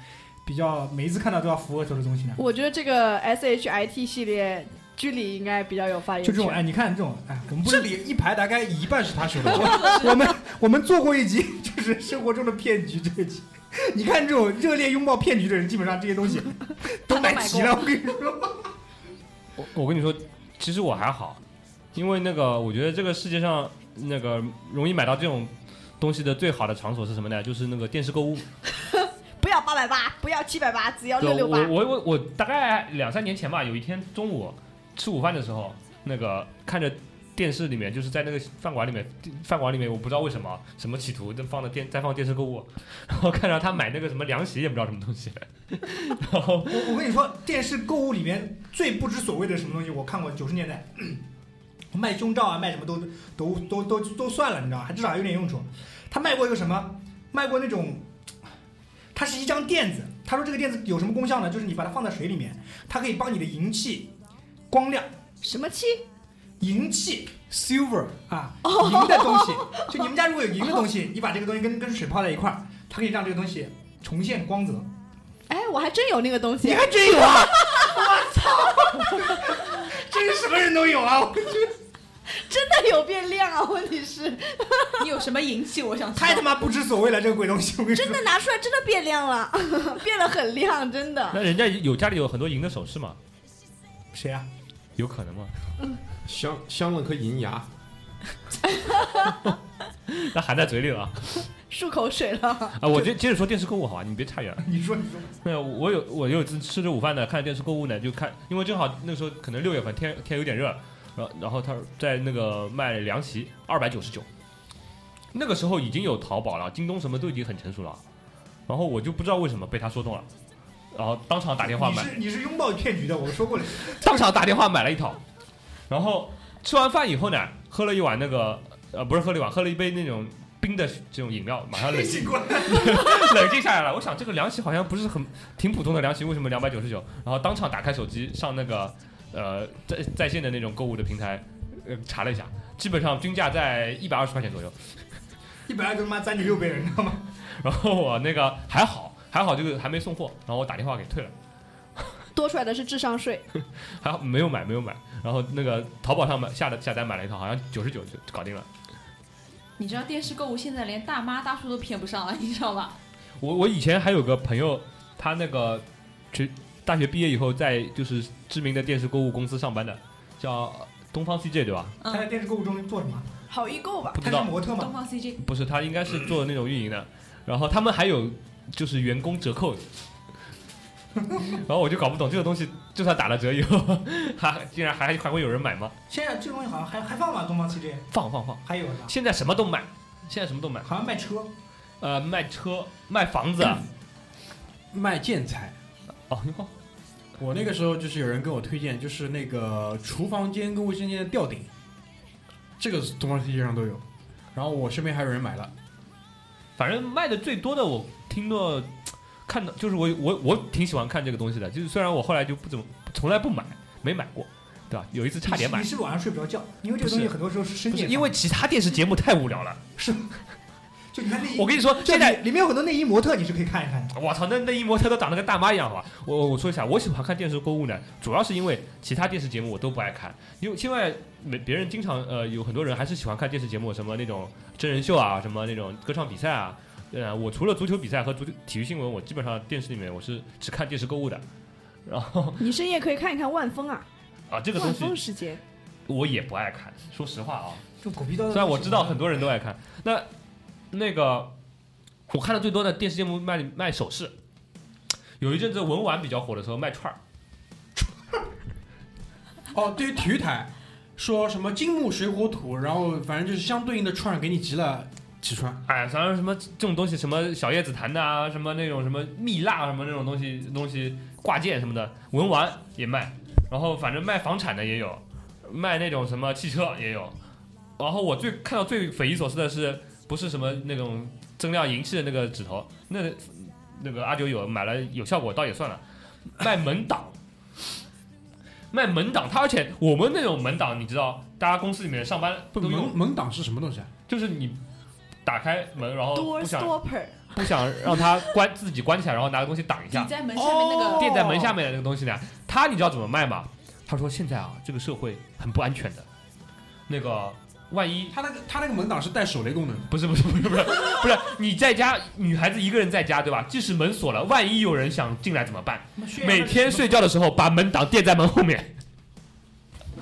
[SPEAKER 6] 比较每一次看到都要扶额头的东西呢？
[SPEAKER 4] 我觉得这个 SHIT 系列居里应该比较有发言
[SPEAKER 6] 就
[SPEAKER 4] 权。
[SPEAKER 6] 这种哎，你看这种哎，我们不
[SPEAKER 2] 这
[SPEAKER 6] 是
[SPEAKER 2] 里一排大概一半是他说的，
[SPEAKER 6] 我们我们做过一集，就是生活中的骗局这一集。你看这种热烈拥抱骗局的人，基本上这些东西都买齐了。我跟你说，
[SPEAKER 8] 我我跟你说，其实我还好，因为那个我觉得这个世界上那个容易买到这种东西的最好的场所是什么呢？就是那个电视购物。
[SPEAKER 4] 不要八百八，不要七百八，只要
[SPEAKER 8] 对
[SPEAKER 4] 啊六六八
[SPEAKER 8] 我。我我我大概两三年前吧，有一天中午吃午饭的时候，那个看着电视里面，就是在那个饭馆里面，饭馆里面我不知道为什么什么企图就放的电在放电视购物， 然后看到他买那个什么凉席，也不知道什么东西， 然后
[SPEAKER 6] 我我跟你说，电视购物里面最不知所谓的什么东西，我看过九十年代。卖胸罩啊，卖什么都都都都都算了，你知道吧，还至少还有点用处。他卖过一个什么？卖过那种，它是一张垫子。他说这个垫子有什么功效呢？就是你把它放在水里面，它可以帮你的银气光亮，
[SPEAKER 4] 什么七？
[SPEAKER 6] 银气
[SPEAKER 2] silver
[SPEAKER 6] 啊，银的东西。就你们家如果有银的东西，你把这个东西跟跟水泡在一块儿，它可以让这个东西重现光泽。
[SPEAKER 4] 哎，我还真有那个东西。
[SPEAKER 6] 真有啊！我操，这是什么人都有啊！我
[SPEAKER 4] 真的有变亮啊！问题是，
[SPEAKER 3] 你有什么银器？我想知道
[SPEAKER 6] 太他妈不知所谓了，这个鬼东西！我跟你说
[SPEAKER 4] 真，的拿出来，真的变亮了， 变得很亮，真的。
[SPEAKER 8] 那人家有家里有很多银的首饰嘛，
[SPEAKER 6] 谁啊？
[SPEAKER 8] 有可能吗？
[SPEAKER 7] 镶镶了颗银牙，
[SPEAKER 8] 那含在嘴里了啊
[SPEAKER 4] 漱口水了，
[SPEAKER 8] 啊！我接接着说电视购物好吧，你别啊岔远了。
[SPEAKER 6] 你说你说，
[SPEAKER 8] 没有，我有我有次吃着午饭呢，看着电视购物呢，就看，因为正好那时候可能六月份天天有点热，然后然后他在那个卖凉席，二百九十九，那个时候已经有淘宝了，京东什么都已经很成熟了，然后我就不知道为什么被他说动了，然后当场打电话
[SPEAKER 6] 你
[SPEAKER 8] 买，
[SPEAKER 6] 是你是拥抱骗局的，我说过了，
[SPEAKER 8] 当场打电话买了一套，然后吃完饭以后呢，喝了一碗那个呃不是喝了一碗，喝了一杯那种冰的这种饮料，马上冷静
[SPEAKER 6] 醒 过来，
[SPEAKER 8] 冷静下来了。我想这个凉席好像不是很挺普通的凉席，为什么两百九十九？然后当场打开手机上那个呃在在线的那种购物的平台，呃查了一下，基本上均价在一百二十块钱左右。
[SPEAKER 6] 一百二就他妈三十六倍了，你知道吗？
[SPEAKER 8] 然后我那个还好还好就是还没送货，然后我打电话给退了，
[SPEAKER 4] 多出来的是智商税。
[SPEAKER 8] 还好没有买没有买。然后那个淘宝上买下的下单买了一套，好像九十九就搞定了。
[SPEAKER 3] 你知道电视购物现在连大妈大叔都骗不上了，你知道吧？
[SPEAKER 8] 我我以前还有个朋友，他那个去大学毕业以后在就是知名的电视购物公司上班的，叫东方 CJ 对吧？
[SPEAKER 6] 他在
[SPEAKER 3] 嗯，
[SPEAKER 6] 电视购物中做什么？
[SPEAKER 4] 好易购吧，
[SPEAKER 8] 不知
[SPEAKER 6] 他
[SPEAKER 8] 道
[SPEAKER 6] 是模特
[SPEAKER 3] 东
[SPEAKER 6] 吗？
[SPEAKER 3] 方 CJ
[SPEAKER 8] 不是，他应该是做那种运营的，然后他们还有就是员工折扣，然后我就搞不懂这个东西，就算打了折以后， 还竟然还还会有人买吗？
[SPEAKER 6] 现在这个东西好像还还放吗？东方 CJ
[SPEAKER 8] 放放放，
[SPEAKER 6] 还有呢，
[SPEAKER 8] 现在什么都卖，现在什么都卖，
[SPEAKER 6] 好像卖车，
[SPEAKER 8] 呃，卖车、卖房子，啊
[SPEAKER 2] 卖建材。
[SPEAKER 8] 哦哟，
[SPEAKER 2] 我那个时候就是有人跟我推荐，就是那个厨房间跟卫生间的吊顶，这个东方 CJ 上都有。然后我身边还有人买了，
[SPEAKER 8] 反正卖的最多的我听到。看到就是我我我挺喜欢看这个东西的，就是虽然我后来就不怎么从来不买，没买过，对吧？有一次差点买
[SPEAKER 6] 你，是不是晚上睡不着觉？因为这个
[SPEAKER 8] 不是
[SPEAKER 6] 东西很多时候是深
[SPEAKER 8] 不
[SPEAKER 6] 夜放
[SPEAKER 8] 是
[SPEAKER 6] 的，
[SPEAKER 8] 因为其他电视节目太无聊了。
[SPEAKER 6] 就你看内衣，
[SPEAKER 8] 我跟你说，
[SPEAKER 6] 就
[SPEAKER 8] 现在
[SPEAKER 6] 里里面有很多内衣模特，你是可以看一看的。
[SPEAKER 8] 我操，那那一模特都长得跟大妈一样，好吧？我我我说一下，我喜欢看电视购物呢，主要是因为其他电视节目我都不爱看，因为现在每别人经常呃有很多人还是喜欢看电视节目，什么那种真人秀啊，什么那种歌唱比赛啊。呃，我除了足球比赛和足球体育新闻，我基本上电视里面我是只看电视购物的。然后
[SPEAKER 4] 你深夜可以看一看万峰啊，
[SPEAKER 8] 啊，这个东
[SPEAKER 4] 万
[SPEAKER 8] 西
[SPEAKER 4] 峰时间
[SPEAKER 8] 我也不爱看，说实话啊，
[SPEAKER 6] 就狗皮叨叨。
[SPEAKER 2] 嗯
[SPEAKER 8] 虽然我知道很多人都爱看，那那个我看的最多的电视节目卖卖首饰，有一阵子文玩比较火的时候卖串儿。
[SPEAKER 2] 哦，对于体育台，说什么金木水火土，然后反正就是相对应的串给你集了几串。
[SPEAKER 8] 哎，反正什么这种东西，什么小叶紫檀的啊，什么那种什么蜜蜡啊什么那种东西东西挂件什么的，文玩也卖，然后反正卖房产的也有，卖那种什么汽车也有，然后我最看到最匪夷所思的是，不是什么那种增量银器的那个指头，那那个阿九有买了有效果倒也算了，卖门挡。卖门挡，它而且我们那种门挡，你知道，大家公司里面上班
[SPEAKER 2] 不，
[SPEAKER 8] 都用
[SPEAKER 2] 门，门挡是什么东西啊？
[SPEAKER 8] 就是你打开门，然后
[SPEAKER 4] ，Door
[SPEAKER 8] 哦不想
[SPEAKER 4] Stopper，
[SPEAKER 8] 不想让它关自己关起来，然后拿个东西挡一
[SPEAKER 3] 抵
[SPEAKER 8] 下，
[SPEAKER 3] 在门下面那
[SPEAKER 4] 哦
[SPEAKER 3] 个，
[SPEAKER 8] 垫在门下面的那个东西呢，他哎你知道怎么卖吗？他说现在啊，这个社会很不安全的，那个万一
[SPEAKER 2] 它那个它那个门挡是带手雷功能的。
[SPEAKER 8] 不是不是不是不是不是你在家，女孩子一个人在家对吧？即使门锁了，万一有人想进来怎么办？每天睡觉的时候把门挡垫在门后面，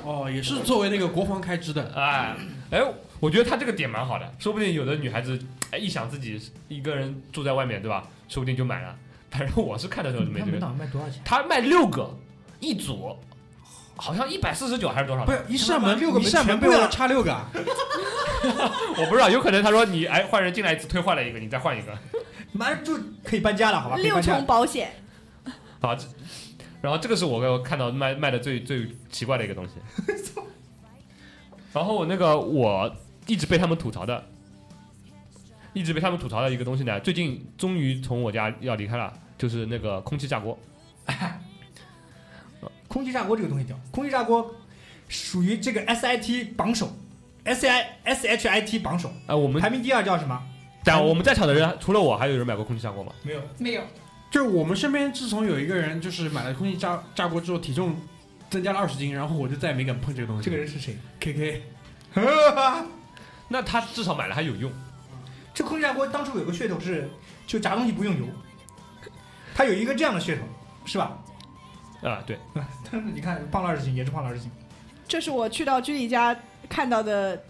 [SPEAKER 2] 哦，也是作为那个国防开支的。
[SPEAKER 8] 哎哎，我觉得他这个点蛮好的，说不定有的女孩子哎一想自己一个人住在外面对吧，说不定就买了。反正我是看的时候就没
[SPEAKER 6] 嗯他
[SPEAKER 8] 这个
[SPEAKER 6] 们。档卖多少钱？
[SPEAKER 8] 他卖六个一组，好像一百四十九还是多少？
[SPEAKER 2] 不是一扇
[SPEAKER 6] 啊他妈
[SPEAKER 2] 门，
[SPEAKER 6] 六个
[SPEAKER 2] 一
[SPEAKER 6] 门
[SPEAKER 2] 扇门
[SPEAKER 6] 全
[SPEAKER 2] 被
[SPEAKER 6] 部要
[SPEAKER 2] 我插六个 啊，
[SPEAKER 8] 我不知道，有可能他说你哎换人进来一次退换了一个，你再换一个，
[SPEAKER 6] 马上就可以搬家了，好吧？
[SPEAKER 2] 啊
[SPEAKER 6] 可以
[SPEAKER 4] 六
[SPEAKER 6] 搬家
[SPEAKER 4] 重
[SPEAKER 6] 了。
[SPEAKER 4] 保险，
[SPEAKER 8] 好，这然后这个是我给我看到卖卖的最最奇怪的一个东 西。然后那个我一直被他们吐槽的，一直被他们吐槽的一个东西呢，最近终于从我家要离开了，就是那个空气炸锅。
[SPEAKER 6] 空气炸锅这个东西屌，空气炸锅属于这个 SIT 榜首，S I S H I T 榜首，
[SPEAKER 8] 哎、我们
[SPEAKER 6] 排名第二叫什么？
[SPEAKER 8] 但我们在场的人除了我，还有人买过空气炸锅吗？
[SPEAKER 6] 没有，
[SPEAKER 3] 没有，
[SPEAKER 2] 就是我们身边自从有一个人就是买了空气炸炸锅之后，体重增加了二十斤，然后我就再也没敢碰这个东西。
[SPEAKER 6] 这个人是谁？
[SPEAKER 2] K K，
[SPEAKER 8] 那他至少买了还有用。
[SPEAKER 6] 嗯这空气炸锅当初有个噱头是，就炸东西不用油，它有一个这样的噱头，是吧？
[SPEAKER 8] 啊， 对，
[SPEAKER 6] 但是你看胖了二十斤，也是胖了二十斤。
[SPEAKER 4] 这是我去到居里家看到的，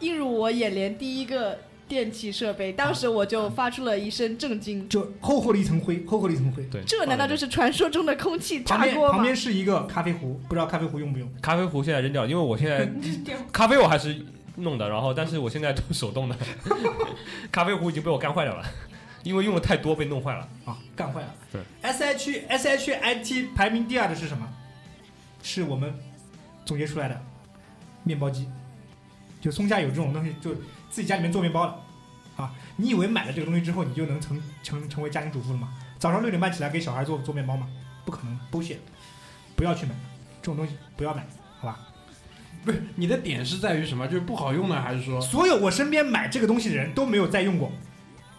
[SPEAKER 4] 映入我眼帘第一个电器设备，当时我就发出了一声震惊。
[SPEAKER 6] 就厚厚的一层灰，厚厚的一层灰。
[SPEAKER 8] 对，
[SPEAKER 4] 这难道就是传说中的空气
[SPEAKER 6] 旁
[SPEAKER 4] 炸
[SPEAKER 6] 边
[SPEAKER 4] 锅
[SPEAKER 6] 旁
[SPEAKER 4] 吗？
[SPEAKER 6] 边是一个咖啡壶，不知道咖啡壶用不用？
[SPEAKER 8] 咖啡壶现在扔掉了，因为我 现在咖啡我还是弄的，然后但是我现在都手动 的，咖啡壶已经被我干坏掉了，因为用的太多被弄坏了。
[SPEAKER 6] 啊，干坏了。
[SPEAKER 8] 对
[SPEAKER 6] ，S H S H I T 排名第二的是什么？是我们总结出来的面包机，就松下有这种东西，就自己家里面做面包的啊。你以为买了这个东西之后，你就能成成成为家庭主妇了吗？早上六点半起来给小孩做做面包吗？不可能，bullshit！不要去买这种东西，不要买，好吧？
[SPEAKER 2] 不是你的点是在于什么？就是不好用呢，还是说
[SPEAKER 6] 所有我身边买这个东西的人都没有再用过，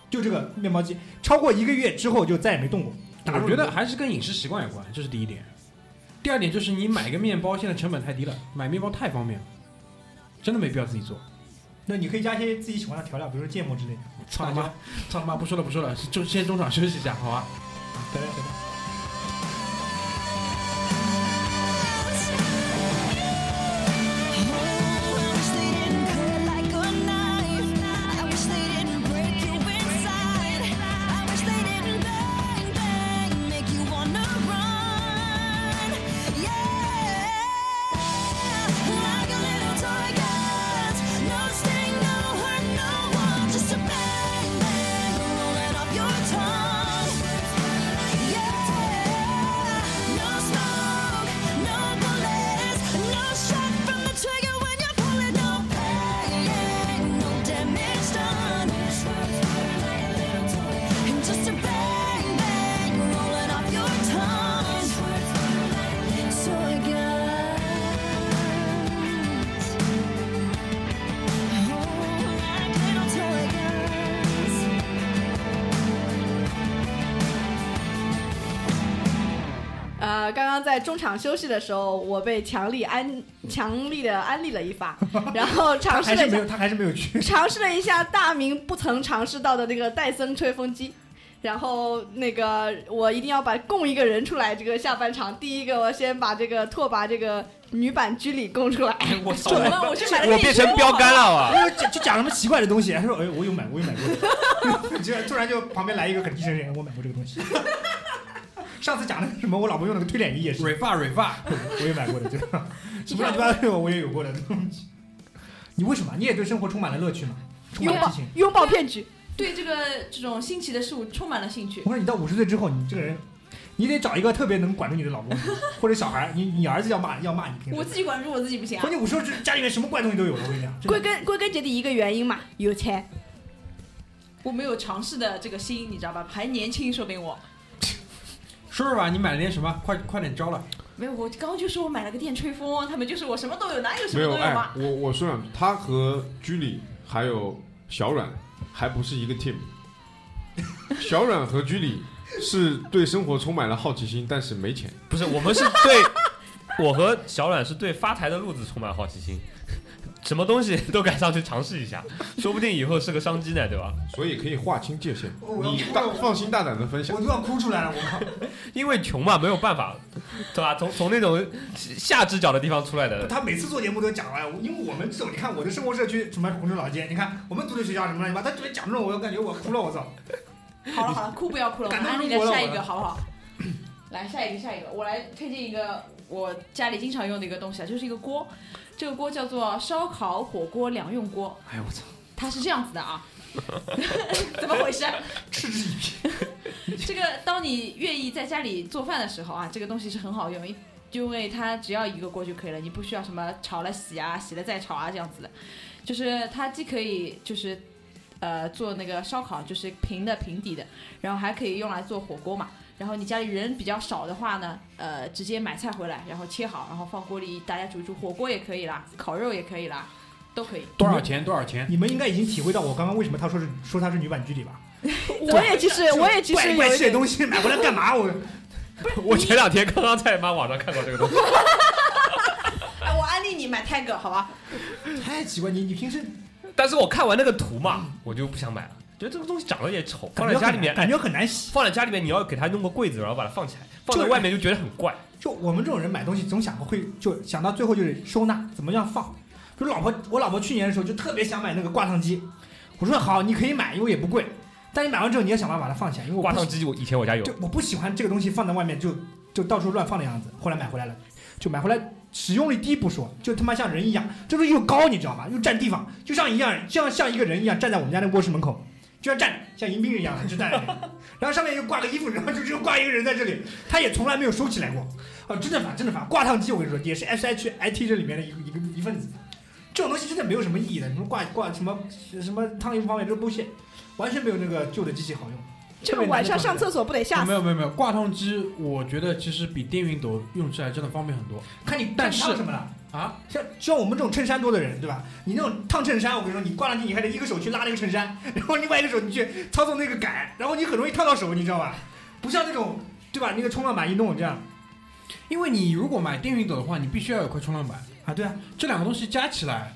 [SPEAKER 6] 就这个面包机，超过一个月之后就再也没动过。打
[SPEAKER 2] 我觉得还是跟饮食习惯有关，这是第一点。第二点就是你买个面包，现在成本太低了，买面包太方便了，真的没必要自己做。
[SPEAKER 6] 那你可以加一些自己喜欢的调料，比如说芥末之类的。
[SPEAKER 2] 操他妈，操他妈，不说了不说了，就先中场休息一下，好吧？
[SPEAKER 6] 对对对。
[SPEAKER 1] I wish they didn't cut like a knife. I wish they didn't break you inside. I wish they didn't bang bang make you wanna run. Yeah, like a little toy gun, no sting, no hurt, no one, just a bang bang rolling off your tongue. Yeah, no smoke, no bullets, no shot from the trigger when you're pulling no pain, no damage done. And just a bang bang rolling off your tongue. So guns, oh, like little toy guns.
[SPEAKER 4] 呃，刚刚在中场休息的时候，我被强力 安强力的安利了一发，然后尝试
[SPEAKER 6] 还
[SPEAKER 4] 了
[SPEAKER 6] 是
[SPEAKER 4] 一
[SPEAKER 6] 没
[SPEAKER 4] 下
[SPEAKER 6] 有，他还是没有 去。
[SPEAKER 4] 尝试了一下大明不曾尝试到的那个戴森吹风机，然后那个我一定要把供一个人出来。这个下半场第一个，我先把这个拓跋这个女版居里供出来。
[SPEAKER 8] 哎 我
[SPEAKER 4] 怎么了？我去买了
[SPEAKER 8] 我变成标杆了啊哇！
[SPEAKER 6] 哎呦就就讲什么奇怪的东西，他说：“哎，我有买，我有买过。” 就突然就旁边来一个很低沉的人，我买过这个东西。 上次讲的什么，我老婆用那个推脸仪也是，
[SPEAKER 2] 蕊发蕊发，
[SPEAKER 6] 我也买过的，就什么乱七八糟的我也有过的东西。你为什么？你也对生活充满了乐趣嘛？充满
[SPEAKER 4] 拥
[SPEAKER 6] 了
[SPEAKER 4] 抱
[SPEAKER 6] 激情。
[SPEAKER 4] 拥抱骗局，
[SPEAKER 3] 对这个这种新奇的事物充满了兴趣
[SPEAKER 6] 我。说你到五十岁之后，你这个人，你得找一个特别能管住你的老公或者小孩儿。你你儿子要骂要骂你，平
[SPEAKER 3] 我
[SPEAKER 6] 时。
[SPEAKER 3] 自己管住我自己不行啊
[SPEAKER 6] 关！键我说这家里面什么怪东西都有了，我跟你讲。真的
[SPEAKER 4] 归根归根结底一个原因嘛，有钱。
[SPEAKER 3] 我没有尝试的这个心，你知道吧？还年轻，说明我
[SPEAKER 2] 说说吧，你买了点什么？快快点招了。
[SPEAKER 3] 没有。我刚刚就说我买了个电吹风，他们就说我什么都有，哪有什
[SPEAKER 7] 没
[SPEAKER 3] 么
[SPEAKER 7] 有
[SPEAKER 3] 都
[SPEAKER 7] 哎
[SPEAKER 3] 嘛，？
[SPEAKER 7] 我我说两句，他和居里还有小阮还不是一个 team。小阮和 居里是对生活充满了好奇心，但是没钱。
[SPEAKER 8] 不是，我们是对，我和小冉是对发财的路子充满好奇心， 什么东西都敢上去尝试一下， 说不定以后是个商机呢，对吧？
[SPEAKER 7] 所以可以划清界限
[SPEAKER 6] 哦我，要
[SPEAKER 7] 你
[SPEAKER 6] 哭了
[SPEAKER 7] 大放心大胆的分享
[SPEAKER 6] 我。都要哭出来了，我靠！
[SPEAKER 8] 因为穷嘛，没有办法，对吧？从从那种下肢角的地方出来的，
[SPEAKER 6] 呃他每次做节目都讲了，因为我们这种，你看我的生活社区什么红州老街，你看我们读的学校什么乱七八糟，他这边讲这种，我感觉我哭了，我操！
[SPEAKER 3] 好了好了，哭不要哭了，我
[SPEAKER 6] 感
[SPEAKER 3] 们
[SPEAKER 6] 动
[SPEAKER 3] 安利
[SPEAKER 6] 中国
[SPEAKER 3] 来
[SPEAKER 6] 了
[SPEAKER 3] 下一
[SPEAKER 6] 我
[SPEAKER 3] 个好不好？来下一个下一个，我来推荐一个我家里经常用的一个东西啊，就是一个锅，这个锅叫做烧烤火锅两用锅。
[SPEAKER 2] 哎呦我操！
[SPEAKER 3] 它是这样子的啊，怎么回事？
[SPEAKER 6] 嗤之以鼻。
[SPEAKER 3] 这个当你愿意在家里做饭的时候啊，这个东西是很好用，因因为它只要一个锅就可以了，你不需要什么炒了洗啊，洗了再炒啊这样子的，就是它既可以就是。呃，做那个烧烤就是平的平底的，然后还可以用来做火锅嘛。然后你家里人比较少的话呢，呃，直接买菜回来，然后切好，然后放锅里，大家煮一煮，火锅也可以啦，烤肉也可以啦，都可以。
[SPEAKER 2] 多少钱？多少钱？
[SPEAKER 6] 你们应该已经体会到我刚刚为什么他说是说他是女版居里吧？
[SPEAKER 4] 我也其实呃我也其
[SPEAKER 6] 怪
[SPEAKER 4] 实
[SPEAKER 6] 里
[SPEAKER 4] 有
[SPEAKER 6] 怪
[SPEAKER 4] 一
[SPEAKER 6] 气的
[SPEAKER 4] 点，
[SPEAKER 6] 东西买回来干 嘛？我
[SPEAKER 8] 我前两天刚刚在妈网上看到这个东西，
[SPEAKER 3] 哎，我安利你买 Tag 好吧？
[SPEAKER 6] 太奇哎怪，你你平时
[SPEAKER 8] 但是我看完那个图嘛，我就不想买了，觉得这个东西长得也丑，放
[SPEAKER 6] 感
[SPEAKER 8] 在
[SPEAKER 6] 觉
[SPEAKER 8] 家
[SPEAKER 6] 很
[SPEAKER 8] 里
[SPEAKER 6] 难
[SPEAKER 8] 面，
[SPEAKER 6] 感觉很难洗。
[SPEAKER 8] 放在家里面你要给它弄个柜子，然后把它放起来，放在
[SPEAKER 6] 就是
[SPEAKER 8] 外面就觉得很怪。
[SPEAKER 6] 就我们这种人买东西总想会就想到最后就是收纳，怎么样放。比如老婆，我老婆去年的时候就特别想买那个挂烫机，我说好，你可以买，因为也不贵。但你买完之后，你要想办法把它放起来，因为我
[SPEAKER 8] 挂
[SPEAKER 6] 不
[SPEAKER 8] 烫
[SPEAKER 6] 喜
[SPEAKER 8] 机，我以前我家有
[SPEAKER 6] 就，我不喜欢这个东西放在外面就就到处乱放的样子。后来买回来了，就买回来使用率低不说，就他妈像人一样，这东西又高，你知道吗？又占地方，就像一样，像像一个人一样站在我们家那卧室门口，就像站着像迎宾人一样就站在那里，然后上面又挂个衣服，然后就只有挂一个人在这里， 他也从来没有收起来过。啊，真的烦，真的烦！挂烫机我跟你说也是 S H I T 这里面的一个一个一份子，这种东西真的没有什么意义的，什么挂挂什么什么烫衣服方面都是 bullshit，完全没有那个旧的机器好用。
[SPEAKER 4] 这个晚上上厕所不得吓
[SPEAKER 2] 哦没
[SPEAKER 4] 死？
[SPEAKER 2] 有没有没有，挂烫机我觉得其实比电熨斗用起来真的方便很多
[SPEAKER 6] 看你
[SPEAKER 2] 但
[SPEAKER 6] 但
[SPEAKER 2] 是
[SPEAKER 6] 是什么了？
[SPEAKER 2] 啊！
[SPEAKER 6] 像像我们这种衬衫多的人，对吧？你那种烫衬衫，我跟你说，你挂上去，你还得一个手去拉那个衬衫， 然后另外一个手你去操纵那个杆，然后你很容易烫到手，你知道吧？不像那种，对吧？那个冲浪板一弄这样
[SPEAKER 2] 因为你如果买电熨斗的话，你必须要有块冲浪板，
[SPEAKER 6] 啊，对啊，
[SPEAKER 2] 这两个东西加起来，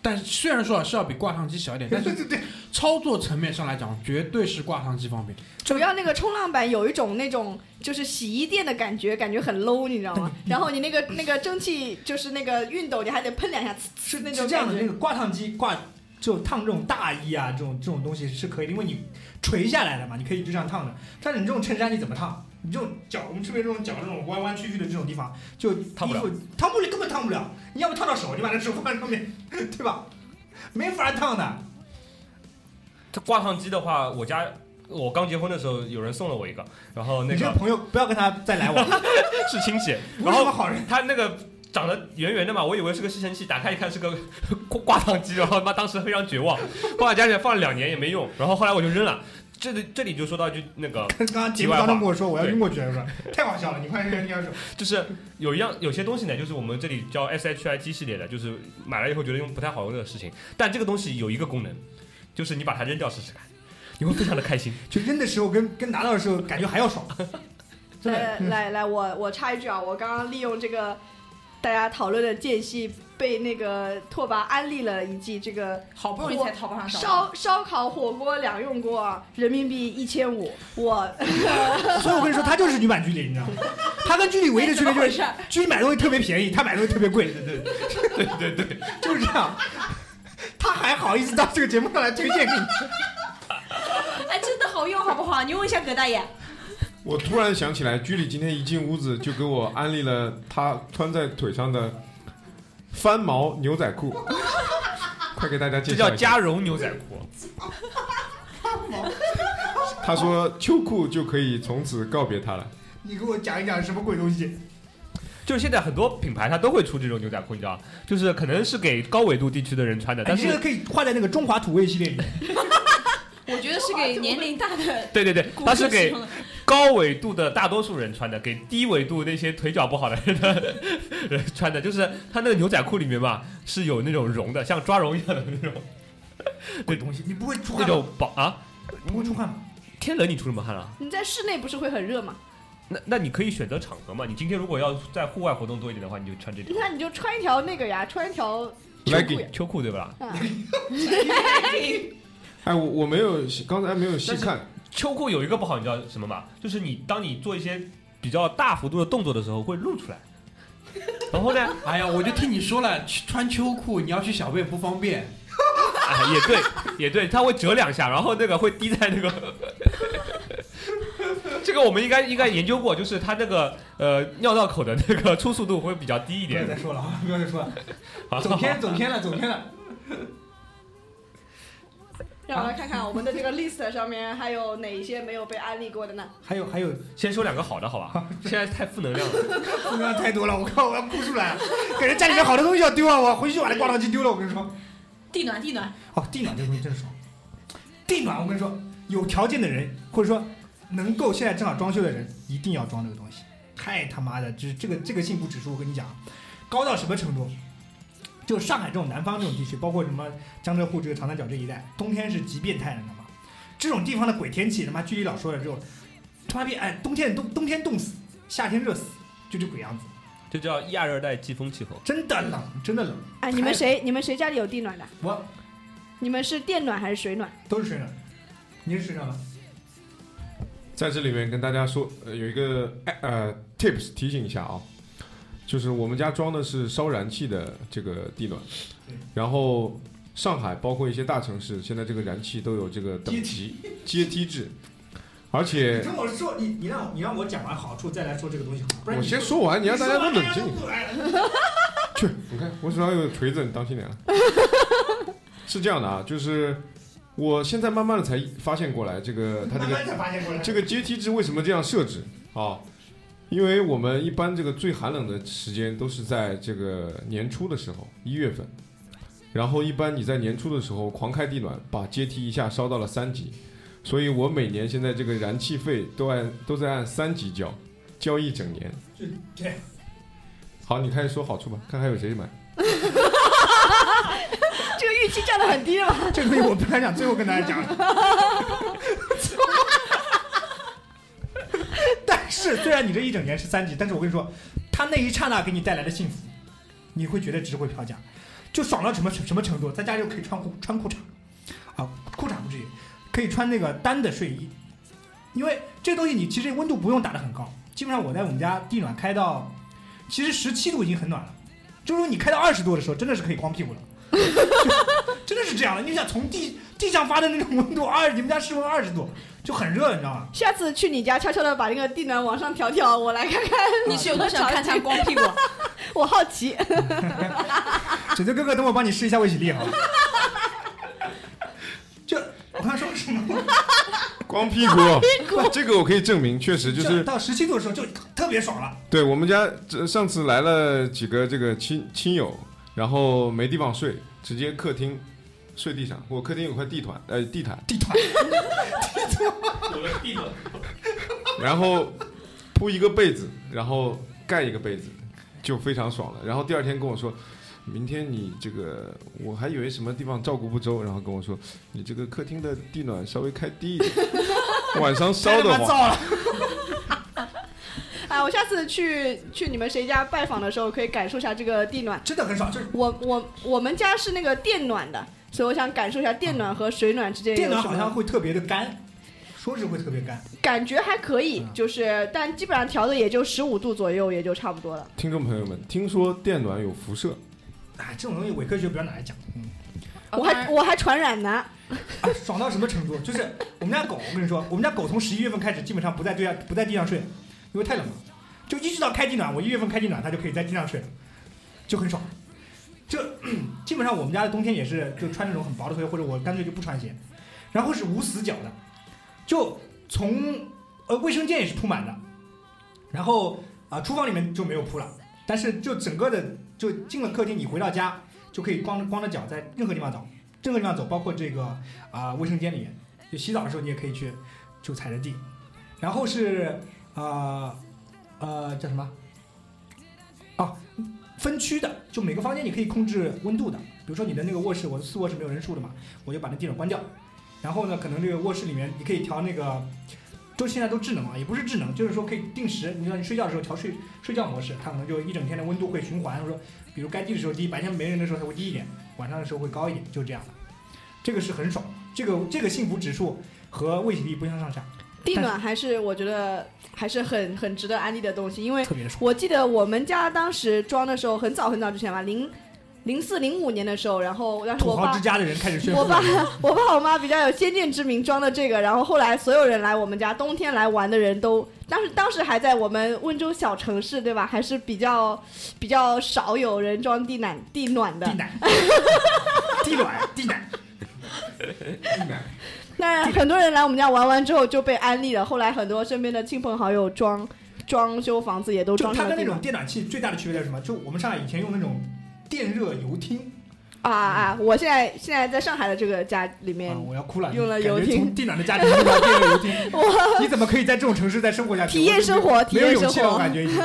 [SPEAKER 2] 但是虽然说啊是要比挂烫机小一点，
[SPEAKER 6] 对
[SPEAKER 2] 但
[SPEAKER 6] 对
[SPEAKER 2] 是
[SPEAKER 6] 对对，
[SPEAKER 2] 操作层面上来讲，绝对是挂烫机方便。
[SPEAKER 4] 主要那个冲浪板有一种那种就是洗衣店的感觉，感觉很 low，你知道吗？然后你那个那个蒸汽就是那个熨斗，你还得喷两下，呲
[SPEAKER 6] 是
[SPEAKER 4] 那种
[SPEAKER 6] 是这样的，
[SPEAKER 4] 感
[SPEAKER 6] 那
[SPEAKER 4] 觉
[SPEAKER 6] 个挂烫机挂就烫这种大衣啊，这种这种东西是可以的，因为你垂下来了嘛，你可以就这样烫的。但是你这种衬衫你怎么烫？你这种脚，我们特别这种脚这种弯弯曲曲的这种地方，就
[SPEAKER 8] 烫不了
[SPEAKER 6] 衣服，烫不了，根本烫不了。你要不烫到手，你把那手放在上面， 对吧？没法烫的。
[SPEAKER 8] 这挂烫机的话，我家我刚结婚的时候有人送了我一个，然后那
[SPEAKER 6] 你这
[SPEAKER 8] 个
[SPEAKER 6] 个朋友不要跟他再来往，
[SPEAKER 8] 是亲戚，
[SPEAKER 6] 不是
[SPEAKER 8] 然
[SPEAKER 6] 什么
[SPEAKER 8] 后
[SPEAKER 6] 好人。
[SPEAKER 8] 他那个。长得圆圆的嘛，我以为是个吸尘器，打开一看是个 挂挂烫机，然后妈当时非常绝望，放在家里面放了两年也没用，然后后来我就扔了。这里这里就说到就那个
[SPEAKER 6] 刚刚节目当中跟我说我要
[SPEAKER 8] 对
[SPEAKER 6] 晕过去，是吧？太好笑了，你快扔掉手。
[SPEAKER 8] 就是有一样有些东西呢，就是我们这里叫 SHIT 系列的，就是买了以后觉得用不太好用的事情。但这个东西有一个功能，就是你把它扔掉试试看，你会非常的 开心。
[SPEAKER 6] 就扔的时候跟跟拿到的时候感觉还要爽。真的
[SPEAKER 4] 来来来，我我插一句啊，我刚刚利用这个大家讨论的间隙，被那个拓跋安利了一记这个
[SPEAKER 3] 好不容易才淘宝上找
[SPEAKER 4] 烧烧烤火锅两用锅啊，人民币一千五。我
[SPEAKER 6] 所以我跟你说，他就是女版居里，你知道吗？他跟居里唯一的区
[SPEAKER 3] 哎
[SPEAKER 6] 别就
[SPEAKER 3] 怎么回
[SPEAKER 6] 是
[SPEAKER 3] 事，
[SPEAKER 6] 居里买东西特别便宜，他买东西特别贵。对对 对对对，就是这样。他还好意思到这个节目上来推荐给你？
[SPEAKER 3] 到，哎，真的好用好不好？你问一下葛大爷，
[SPEAKER 7] 我突然想起来，居里今天一进屋子就给我安利了他穿在腿上的翻毛牛仔裤， 快给大家介
[SPEAKER 8] 这
[SPEAKER 7] 绍
[SPEAKER 8] 叫
[SPEAKER 7] 一下。
[SPEAKER 8] 加绒牛仔裤，
[SPEAKER 7] 他说秋裤就可以从此告别他了。
[SPEAKER 6] 你给我讲一讲什么鬼东西？
[SPEAKER 8] 就是现在很多品牌它都会出这种牛仔裤，你知道，就是可能是给高纬度地区的人穿的，
[SPEAKER 6] 哎
[SPEAKER 8] 但
[SPEAKER 6] 你这个
[SPEAKER 8] 是
[SPEAKER 6] 可以画在那个中华土味系列里面。
[SPEAKER 3] 我觉得是给年龄大的
[SPEAKER 8] 对对对，
[SPEAKER 3] 顾
[SPEAKER 8] 它
[SPEAKER 3] 客
[SPEAKER 8] 是
[SPEAKER 3] 使
[SPEAKER 8] 给
[SPEAKER 3] 用的。
[SPEAKER 8] 高纬度的大多数人穿的，给低纬度那些腿脚不好的人的人穿的，就是它那个牛仔裤里面吧是有那种绒的，像抓绒一样的那种
[SPEAKER 6] 鬼东西，你不会出
[SPEAKER 8] 那
[SPEAKER 6] 汗吗？
[SPEAKER 8] 种薄啊。
[SPEAKER 6] 不会出汗吗？
[SPEAKER 8] 天冷你出什么汗啊？
[SPEAKER 4] 你在室内不是会很热吗？
[SPEAKER 8] 那那你可以选择场合嘛。你今天如果要在户外活动多一点的话，你就穿这条
[SPEAKER 4] 那你就穿一条那个呀，穿一条秋裤
[SPEAKER 7] Legging
[SPEAKER 4] 呀。
[SPEAKER 8] 秋裤，对吧？
[SPEAKER 4] 啊，
[SPEAKER 7] 哎，我我没有细刚才没有细看，
[SPEAKER 8] 秋裤有一个不好，你知道什么吗？就是你当你做一些比较大幅度的动作的时候会露出来，然后呢，
[SPEAKER 2] 哎呀，我就听你说了，去穿秋裤你要去小便不方便，
[SPEAKER 8] 啊，也对，也对，它会折两下，然后那个会滴在那 个。这个我们应该应该研究过，就是它那个呃尿道口的那个出速度会比较低一
[SPEAKER 6] 不要再
[SPEAKER 8] 点。
[SPEAKER 6] 说了啊！不要再说了，
[SPEAKER 8] 好
[SPEAKER 6] 走偏走偏了，走偏了。
[SPEAKER 4] 让我来看看我们的这个 list 上面还有哪一些没有被安利过的呢？
[SPEAKER 6] 还有还有，
[SPEAKER 8] 先说两个好的，好吧？现在太负能量了。
[SPEAKER 6] 负能量太多了，我靠，我要哭出来了！感觉家里面好多东西要丢啊，我回去把那挂烫机丢了，我跟你说。
[SPEAKER 3] 地暖地暖，
[SPEAKER 6] 哦，地暖这个东西真爽。地暖，我跟你说，有条件的人或者说能够现在正好装修的人，一定要装这个东西。太他妈的，这这个这个幸福指数，我跟你讲，啊高到什么程度？就上海这种南方这种地区，包括什么江浙沪这个长三角这一带，冬天是极变态的，你知道吗？这种地方的鬼天气，他妈居里老说了之后，他妈逼哎，冬天冻冬天冻死，夏天热死，就这鬼样子，
[SPEAKER 8] 这叫亚热带季风气候。
[SPEAKER 6] 真的冷，真的冷。
[SPEAKER 4] 哎，你们谁你们谁家里有地暖的？
[SPEAKER 6] 我
[SPEAKER 4] 你们是电暖还是水暖？
[SPEAKER 6] 都是水暖，你是水暖吗？
[SPEAKER 7] 在这里面跟大家说，呃，有一个呃 tips 提醒一下啊、就是我们家装的是烧燃气的这个地暖
[SPEAKER 6] 对，
[SPEAKER 7] 然后上海，包括一些大城市，现在这个燃气都有这个等级阶梯制，而
[SPEAKER 6] 你
[SPEAKER 7] 且
[SPEAKER 6] 听我说，你你让我你让我讲完好处，再来说这个东西好，不然
[SPEAKER 7] 我
[SPEAKER 6] 你
[SPEAKER 7] 先说完，你
[SPEAKER 6] 你
[SPEAKER 7] 让大家
[SPEAKER 6] 说
[SPEAKER 7] 都
[SPEAKER 6] 完
[SPEAKER 7] 冷
[SPEAKER 6] 大
[SPEAKER 7] 静。
[SPEAKER 6] 不哎来了
[SPEAKER 7] 去，你看我手上有锤子，你当心点啊。是这样的啊，就是我现在慢慢的才发现过来，这个它这
[SPEAKER 6] 慢
[SPEAKER 7] 个
[SPEAKER 6] 慢才发现过来，
[SPEAKER 7] 这个阶梯制为什么这样设置啊？因为我们一般这个最寒冷的时间都是在这个年初的时候，一月份。然后一般你在年初的时候狂开地暖，把阶梯一下烧到了三级，所以我每年现在这个燃气费都按都在按三级交，交一整年。
[SPEAKER 6] 就对，
[SPEAKER 7] 好，你开始说好处吧，看还有谁买。
[SPEAKER 4] 这个预期降得很低了吧？
[SPEAKER 6] 这个东西我本来想最后跟大家讲的， 但是虽然你这一整年是三级，但是我跟你说，他那一刹那给你带来的幸福，你会觉得值回票价，就爽到什么什么程度，在家就可以穿裤穿裤衩，啊，裤衩不至于，可以穿那个单的睡衣，因为这东西你其实温度不用打得很高，基本上我在我们家地暖开到，其实十七度已经很暖了，就是说你开到二十度的时候，真的是可以光屁股了。真的是这样的。你想从地地上发的那种温度二，你们家室温二十度，就很热，你知道吗？
[SPEAKER 4] 下次去你家悄悄的把那个地暖往上调调，我来看看，
[SPEAKER 3] 你是有多想看他光屁 股？
[SPEAKER 4] 我好奇。
[SPEAKER 7] 啊
[SPEAKER 6] 枕头哥哥，等我帮你试一下卫喜力好吧？就我刚才说什么？
[SPEAKER 7] 光屁股，这个我可以证明，确实就是
[SPEAKER 6] 到十七度的时候就特别爽了。
[SPEAKER 7] 对我们家这上次来了几个这个亲亲友，然后没地方睡，直接客厅睡地上。我客厅有块地毯，呃，地毯，
[SPEAKER 6] 地毯，
[SPEAKER 8] 有了地了，
[SPEAKER 7] 然后铺一个被子，然后盖一个被子，就非常爽了。然后第二天跟我说。明天你这个，我还以为什么地方照顾不周，然后跟我说你这个客厅的地暖稍微开低一点， 晚上烧
[SPEAKER 6] 太
[SPEAKER 7] 得
[SPEAKER 6] 他妈
[SPEAKER 7] 慌。
[SPEAKER 6] 燥了。
[SPEAKER 4] 哎，我下次去去你们谁家拜访的时候，可以感受一下这个地暖。
[SPEAKER 6] 真的很爽，就是
[SPEAKER 4] 我我我们家是那个电暖的，所以我想感受一下电暖和水暖之间有
[SPEAKER 6] 电暖
[SPEAKER 4] 什
[SPEAKER 6] 好
[SPEAKER 4] 么
[SPEAKER 6] 像会特别的干，说是会特别干。
[SPEAKER 4] 感觉还可以
[SPEAKER 6] 嗯，
[SPEAKER 4] 就是但基本上调的也就十五度左右，也就差不多了。
[SPEAKER 7] 听众朋友们，听说电暖有辐射，
[SPEAKER 6] 哎，这种东西伪科学不要拿来讲。嗯
[SPEAKER 4] 我还我还传染呢，
[SPEAKER 6] 啊，爽到什么程度？就是我们家狗，我跟你说，我们家狗从十一月份开始基本上不在地上不在地上睡，因为太冷了，就一直到开地暖，我一月份开地暖，它就可以在地上睡了，就很爽。这 基本上我们家的冬天也是就穿那种很薄的拖鞋，或者我干脆就不穿鞋，然后是无死角的，就从呃卫生间也是铺满的，然后啊、厨房里面就没有铺了，但是就整个的就进了客厅，你回到家就可以光着光着脚在任何地方走，任何地方走，包括这个。啊、卫生间里面，就洗澡的时候你也可以去，就踩着地。然后是啊呃叫什么？啊，分区的，就每个房间你可以控制温度的。比如说你的那个卧室，我的次卧室没有人数的嘛，我就把那地暖关掉。然后呢，可能这个卧室里面你可以调那个，都现在都智能啊，也不是智能，就是说可以定时，你让你睡觉的时候调睡睡觉模式，它可能就一整天的温度会循环，说比如该低的时候低，白天没人的时候它会低一点，晚上的时候会高一点，就这样的。这个是很爽，这个这个幸福指数和卫喜力不相上下，
[SPEAKER 4] 地暖还是我觉得还是很很值得安利的东西，因为
[SPEAKER 6] 特别的爽。
[SPEAKER 4] 我记得我们家当时装的时候，很早很早之前吧，零零四零五年的时候，然后当时
[SPEAKER 6] 土
[SPEAKER 4] 我
[SPEAKER 6] 豪
[SPEAKER 4] 爸
[SPEAKER 6] 之家的人开始炫富
[SPEAKER 4] 我爸
[SPEAKER 6] 了，
[SPEAKER 4] 我爸我妈比较有先见之明，装的这个，然后后来所有人来我们家，冬天来玩的人都，当时当时还在我们温州小城市，对吧？还是比较比较少有人装地暖地暖的
[SPEAKER 6] 地，暖， 地暖，地暖，地暖。
[SPEAKER 4] 那很多人来我们家玩完之后就被安利了，后来很多身边的亲朋好友装装修房子也都
[SPEAKER 6] 就
[SPEAKER 4] 装
[SPEAKER 6] 它
[SPEAKER 4] 成了
[SPEAKER 6] 跟那
[SPEAKER 4] 地暖
[SPEAKER 6] 种电暖器最大的区别在什么？就我们上海以前用那种电热油汀
[SPEAKER 4] 啊啊！我现在现在在上海的这个家里面
[SPEAKER 6] 啊，，我要哭了。
[SPEAKER 4] 用了
[SPEAKER 6] 感觉
[SPEAKER 4] 油汀
[SPEAKER 6] 从地暖的家庭用到电热油 汀，你怎么可以在这种城市再生活下去？
[SPEAKER 4] 体验生活
[SPEAKER 6] 我
[SPEAKER 4] 体
[SPEAKER 6] 没有
[SPEAKER 4] 验
[SPEAKER 6] 勇
[SPEAKER 4] 生
[SPEAKER 6] 气了，我
[SPEAKER 4] 活
[SPEAKER 6] 感觉已 经，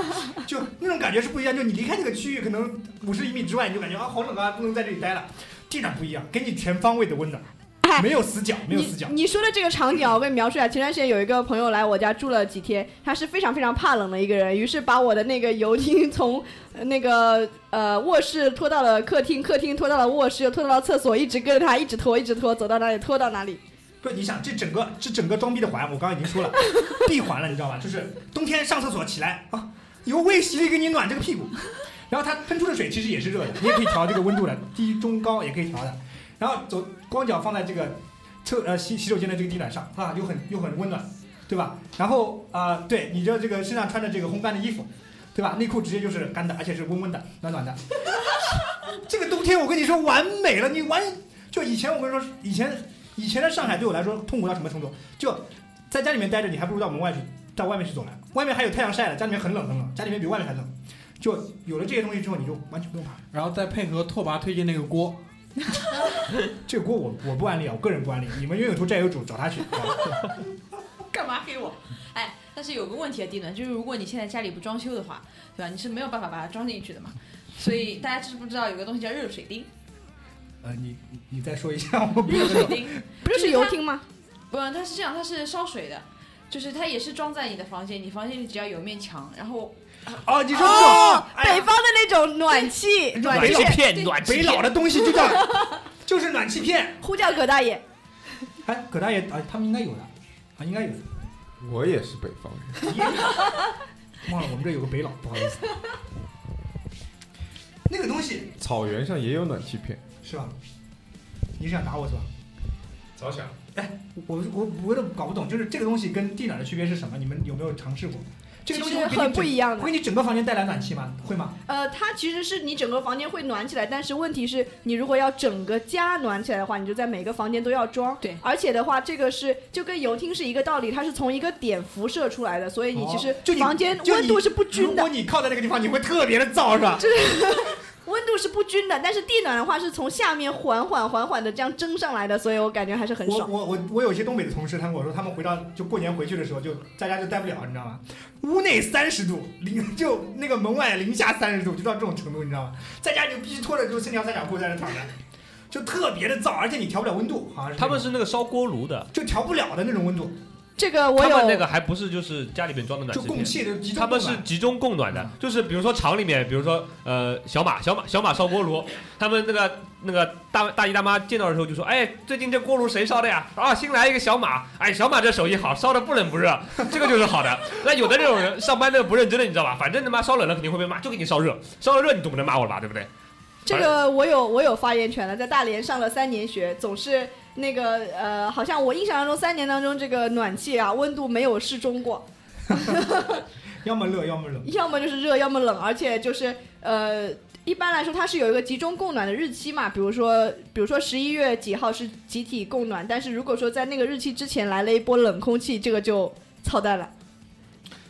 [SPEAKER 6] 就那种感觉是不一样。就你离开这个区域，可能五十厘米之外，你就感觉啊，好冷啊，不能在这里待了。地暖不一样，给你全方位的温暖，
[SPEAKER 4] 哎
[SPEAKER 6] 没有死角，没有
[SPEAKER 4] 你
[SPEAKER 6] 死角。
[SPEAKER 4] 你说的这个场景啊，我跟你描述一下。前段时间有一个朋友来我家住了几天，他是非常非常怕冷的一个人，于是把我的那个油汀从呃那个呃卧室拖到了客厅，客厅拖到了卧室，又拖到了厕所，一直跟着他，一直拖，一直拖，走到哪里拖到哪里。
[SPEAKER 6] 不，你想这整个这整个装逼的环，我刚刚已经说了，闭环了，你知道吧？就是冬天上厕所起来啊，由卫洗力给你暖这个屁股，然后它喷出的水其实也是热的，你也可以调这个温度的，低、中、高也可以调的。然后走光脚放在这个厕呃洗洗手间的这个地毯上啊，又很又很温暖，对吧？然后啊、呃对你的这个身上穿着这个烘干的衣服，对吧？内裤直接就是干的，而且是温温的、暖暖的。 这个冬天我跟你说完美了，你完就以前我跟你说，以前以前的上海对我来说痛苦到什么程度？就在家里面待着，你还不如到门外去，到外面去走来。外面还有太阳晒了，家里面很冷很冷，家里面比外面还冷。就有了这些东西之后，你就完全不用怕。
[SPEAKER 2] 然后再配合拓跋推荐那个锅，
[SPEAKER 6] 这个锅我我不安利啊，我个人不安利。你们冤有头债有主，找 他去。
[SPEAKER 3] 干嘛给我？哎，但是有个问题啊，低能，就是如果你现在家里不装修的话，对吧？你是没有办法把它装进去的嘛。所以大家知不知道有个东西叫热水钉？
[SPEAKER 6] 呃，你你你再说一下，我不
[SPEAKER 3] 热
[SPEAKER 6] 知
[SPEAKER 3] 水
[SPEAKER 6] 道。
[SPEAKER 3] 钉
[SPEAKER 4] 不就是游艇吗？
[SPEAKER 3] 不，它是这样，它是烧水的，就是它也是装在你的房间，你房间里只要有面墙，然后
[SPEAKER 6] 哦，你说这
[SPEAKER 4] 哦
[SPEAKER 6] 种，
[SPEAKER 4] 北
[SPEAKER 6] 哎呀
[SPEAKER 4] 方的那种暖气，暖
[SPEAKER 6] 暖
[SPEAKER 4] 气
[SPEAKER 6] 气
[SPEAKER 5] 片
[SPEAKER 3] 对
[SPEAKER 5] 暖气
[SPEAKER 6] 哎北老的东西就 叫就是暖气片。
[SPEAKER 4] 呼叫葛大爷，
[SPEAKER 6] 哎，葛大爷啊，他们应该有的啊，应该有的。
[SPEAKER 7] 我也是北方人。
[SPEAKER 6] 忘了我们这有个北老，不好意思。 那个东西
[SPEAKER 7] 草原上也有暖气片。
[SPEAKER 6] 是吧？你是想打我是吧？哎
[SPEAKER 7] 早想，
[SPEAKER 6] 我我我都搞不懂，就是这个东西跟地暖的区别是什么？你们有没有尝试过？这个
[SPEAKER 4] 其
[SPEAKER 6] 东西
[SPEAKER 4] 实
[SPEAKER 6] 会给你
[SPEAKER 4] 很不
[SPEAKER 6] 整
[SPEAKER 4] 一样的
[SPEAKER 6] 会。给你整个房间带来暖气吗？会吗？
[SPEAKER 4] 呃，它其实是你整个房间会暖起来，但是问题是你如果要整个家暖起来的话，你就在每个房间都要装。
[SPEAKER 3] 对
[SPEAKER 4] 而且的话，这个是就跟油汀是一个道理，它是从一个点辐射出来的，所以你其
[SPEAKER 6] 哦就
[SPEAKER 4] 实
[SPEAKER 6] 你
[SPEAKER 4] 房间
[SPEAKER 6] 就你
[SPEAKER 4] 温度是不均
[SPEAKER 6] 如果
[SPEAKER 4] 的，
[SPEAKER 6] 你靠在那个地方，你会特别的燥是吧？
[SPEAKER 4] 温度是不均的。但是地暖的话是从下面缓缓缓缓的这样蒸上来的，所以我感觉还是很
[SPEAKER 6] 我
[SPEAKER 4] 爽。
[SPEAKER 6] 我我我有一些东北的同事，他跟我说，他们回到就过年回去的时候，就在家就待不了，你知道吗？屋内三十度，零就那个门外零下三十度，就到这种程度，你知道吗？在家你就必须脱着就剩条三角裤在那躺着，就特别的燥，而且你调不了温度，好像是
[SPEAKER 5] 他们
[SPEAKER 6] 那种
[SPEAKER 5] 是那个烧锅炉的，
[SPEAKER 6] 就调不了的那种温度，
[SPEAKER 4] 这个我
[SPEAKER 5] 他
[SPEAKER 4] 有
[SPEAKER 5] 们那个还不是就是家里面装的暖
[SPEAKER 6] 就
[SPEAKER 5] 气
[SPEAKER 6] 供
[SPEAKER 5] 片。
[SPEAKER 6] 气的集中啊
[SPEAKER 5] 他们
[SPEAKER 6] 供
[SPEAKER 5] 是
[SPEAKER 6] 暖
[SPEAKER 5] 集中供暖的，就是比如说厂里面，比如说呃小马小马小马烧锅炉，他们那个那个大大姨大妈见到的时候就说，哎，最近这锅炉谁烧的呀？啊，新来一个小马，哎，小马这手艺好，烧的不冷不热， 这个就是好的。那有的那种人上班那个不认真的，你知道吧？反正他妈烧冷了肯定会被骂，就给你烧热，烧了热你总不能骂我了吧，对不对？
[SPEAKER 4] 这个我有我有发言权了，在大连上了三年学，总是那个呃，好像我印象当中三年当中这个暖气啊温度没有适中过。
[SPEAKER 6] 要么热要么冷。
[SPEAKER 4] 要么就是热，要么冷，而且就是呃，一般来说它是有一个集中供暖的日期嘛，比如说比如说十一月几号是集体供暖，但是如果说在那个日期之前来了一波冷空气，这个就操蛋了。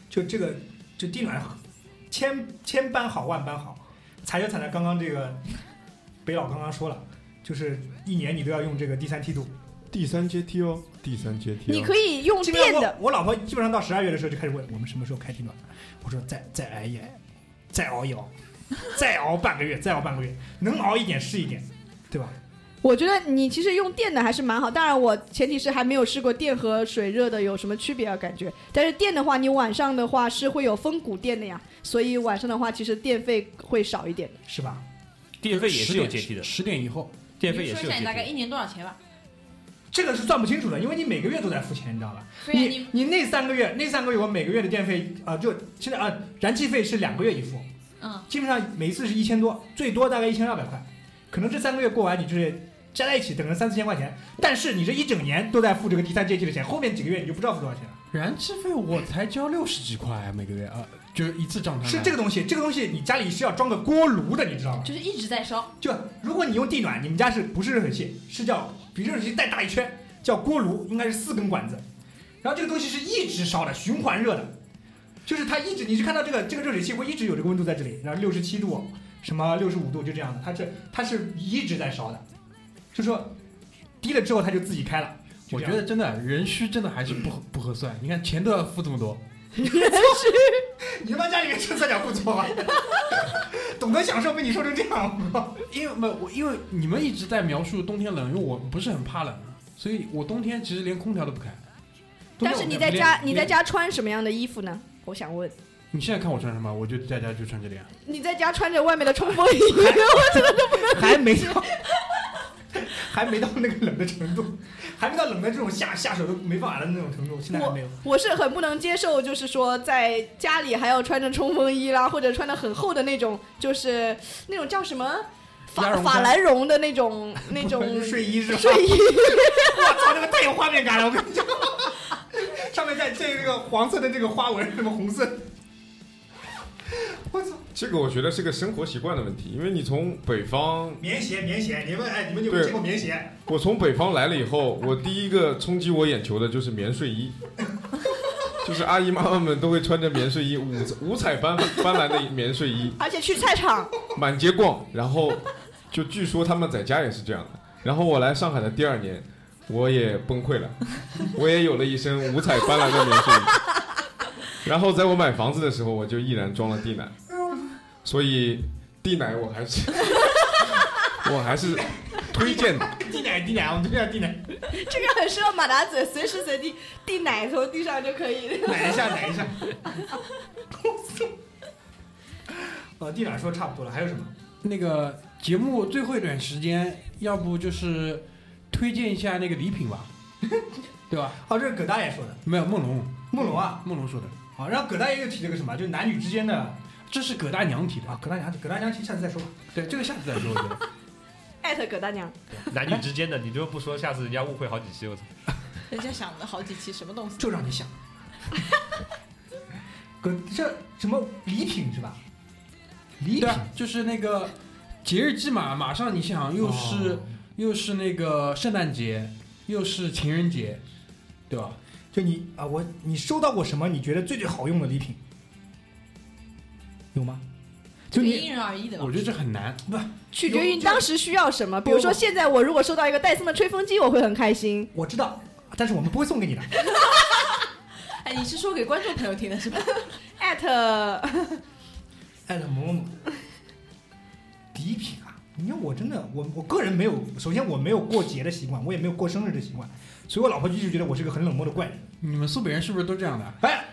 [SPEAKER 6] 就这个就地暖千千般好万般好，彩就彩在刚刚这个北老刚刚说了，就是一年你都要用这个第三梯度。
[SPEAKER 7] 第三阶梯哦，第三阶梯、哦。
[SPEAKER 4] 你可以用
[SPEAKER 6] 基本上
[SPEAKER 4] 电
[SPEAKER 6] 我
[SPEAKER 4] 的，
[SPEAKER 6] 我老婆基本上到十二月的时候就开始问我们什么时候开地暖，我说再再挨一挨，再熬一熬，再熬半个月，再熬半个月，能熬一点是一点，对吧？
[SPEAKER 4] 我觉得你其实用电的还是蛮好。当然，我前提是还没有试过电和水热的有什么区别啊，感觉。但是电的话，你晚上的话是会有风谷电的呀，所以晚上的话其实电费会少一点。
[SPEAKER 6] 是吧？
[SPEAKER 5] 电费也是有阶梯的，
[SPEAKER 2] 十点以后，
[SPEAKER 5] 电
[SPEAKER 3] 你
[SPEAKER 5] 费也
[SPEAKER 3] 说
[SPEAKER 5] 是
[SPEAKER 3] 一
[SPEAKER 5] 有
[SPEAKER 3] 下
[SPEAKER 5] 阶
[SPEAKER 3] 你大概
[SPEAKER 5] 梯。
[SPEAKER 3] 一年多少钱吧？
[SPEAKER 6] 这个是算不清楚的，因为你每个月都在付钱，你知道吧？
[SPEAKER 3] 所以
[SPEAKER 6] 你
[SPEAKER 3] 啊你
[SPEAKER 6] 你那三个月，那三个月我每个月的电费啊、就现在啊、燃气费是两个月一付，
[SPEAKER 3] 嗯，
[SPEAKER 6] 基本上每一次是一千多，最多大概一千二百块，可能这三个月过完，你就是加在一起，等着三四千块钱，但是你这一整年都在付这个第三阶梯的钱，后面几个月你就不知道付多少钱了。
[SPEAKER 2] 燃气费我才交六十几块每个月啊，就一次账单。
[SPEAKER 6] 是这个东西，这个东西你家里是要装个锅炉的，你知道吗？
[SPEAKER 3] 就是一直在烧，
[SPEAKER 6] 就如果你用地暖，你们家是不是热水器？是叫比热水器再大一圈，叫锅炉，应该是四根管子。然后这个东西是一直烧的，循环热的，就是它一直，你是看到这个这个热水器会一直有这个温度在这里，然后六十七度，什么六十五度，就这样的，它是它是一直在烧的，就说低了之后它就自己开了。就
[SPEAKER 2] 我
[SPEAKER 6] 这
[SPEAKER 2] 觉
[SPEAKER 6] 样
[SPEAKER 2] 得真的人虚真的还是不合不合算。你看钱都要付这么多，
[SPEAKER 6] 你他妈家里面穿三角裤做 吧，懂得享受被你说成这样，我靠
[SPEAKER 2] 因为没有我因为你们一直在描述冬天冷，因为我不是很怕冷，所以我冬天其实连空调都不开。
[SPEAKER 4] 但是你在
[SPEAKER 2] 连
[SPEAKER 4] 家你在
[SPEAKER 2] 连
[SPEAKER 4] 家穿什么样的衣服呢？我想问。
[SPEAKER 2] 你现在看我穿什么，我就在家就穿这里啊。
[SPEAKER 4] 你在家穿着外面的冲锋衣，我真的都不能
[SPEAKER 6] 还没到，还没到那个冷的程度， 还没到冷的这种下下手都没办法 的那种程度，现在还没有。
[SPEAKER 4] 我是很不能接受，就是说在家里还要穿着冲锋衣啦，或者穿的很厚的那种，就是那种叫什么？
[SPEAKER 2] 鸭
[SPEAKER 4] 法
[SPEAKER 2] 绒
[SPEAKER 4] 法
[SPEAKER 2] 衫
[SPEAKER 4] 兰绒的那 种那种
[SPEAKER 6] 睡衣是吧？
[SPEAKER 4] 嗯睡衣，
[SPEAKER 6] 我操，那个太有画面感了，我跟你讲。 上面在这个黄色的这个花纹，什么红色？ 我操，
[SPEAKER 7] 这个我觉得是个生活习惯的问题，因为你从北方
[SPEAKER 6] 棉鞋，棉鞋，你们哎，你们有没
[SPEAKER 7] 对
[SPEAKER 6] 有见过棉鞋？
[SPEAKER 7] 我从北方来了以后，我第一个冲击我眼球的就是棉 睡衣，就是阿姨妈妈们都会穿着棉睡衣，五五彩斑斑斓的棉睡衣
[SPEAKER 4] 而且去菜场，
[SPEAKER 7] 满街逛，然后就据说他们在家也是这样的。然后我来上海的第二年，我也崩溃了，我也有了一身五彩斑斓的棉睡衣。然后在我买房子的时候，我就毅然装了地奶，所以地奶我还是 我还是推荐的。
[SPEAKER 6] 地奶，地奶，我们这叫地奶，
[SPEAKER 4] 这个很适合马达嘴，随时随地递奶从地上就可以。
[SPEAKER 6] 奶一下，奶一下。 呃，地奶说差不多了，还有什么？
[SPEAKER 2] 那个节目最后一段时间，要不就是推荐一下那个礼品吧，对吧？
[SPEAKER 6] 哦，这是葛大爷说的，
[SPEAKER 2] 没有，梦龙，
[SPEAKER 6] 梦龙啊。
[SPEAKER 2] 梦龙说的，
[SPEAKER 6] 好，然后葛大爷又提了个什么，就是男女之间的
[SPEAKER 2] 这是葛大娘提
[SPEAKER 6] 啊
[SPEAKER 2] 的，，
[SPEAKER 6] 葛大娘，葛大娘，下次再说吧。
[SPEAKER 2] 对，这个下次再说，我觉得。
[SPEAKER 4] 艾特葛大娘，
[SPEAKER 8] 男女之间的，你就不说，下次人家误会好几期，我操！
[SPEAKER 3] 人家想了好几期什么东西，
[SPEAKER 6] 就让你想。 葛这什么礼品是吧？礼
[SPEAKER 2] 对
[SPEAKER 6] 品
[SPEAKER 2] 啊，就是那个节日季嘛，马上你想又是、
[SPEAKER 6] 哦
[SPEAKER 2] 又是那个圣诞节，又是情人节，对吧？
[SPEAKER 6] 就你啊，我你收到过什么你觉得最最好用的礼品？有吗？
[SPEAKER 3] 这
[SPEAKER 6] 就
[SPEAKER 3] 个
[SPEAKER 6] 你
[SPEAKER 3] 因人而异的
[SPEAKER 2] 我
[SPEAKER 3] 嘛。
[SPEAKER 2] 觉得这很难。
[SPEAKER 4] 取决于你当时需要什么。比如
[SPEAKER 6] 不
[SPEAKER 4] 说现在我如果收到一个戴森的吹风机，我会很开心。
[SPEAKER 6] 我知道，但是我们不会送给你的。
[SPEAKER 3] 哎，你是说给观众朋友听的是吧？
[SPEAKER 4] 艾特
[SPEAKER 6] 艾特某某某，礼品啊！你看我真的，我我个人没有，首先我没有过节的习惯，我也没有过生日的习惯，所以我老婆就一直觉得我是个很冷漠的怪人。
[SPEAKER 2] 你们苏北人是不是都这样的？啊
[SPEAKER 6] 哎，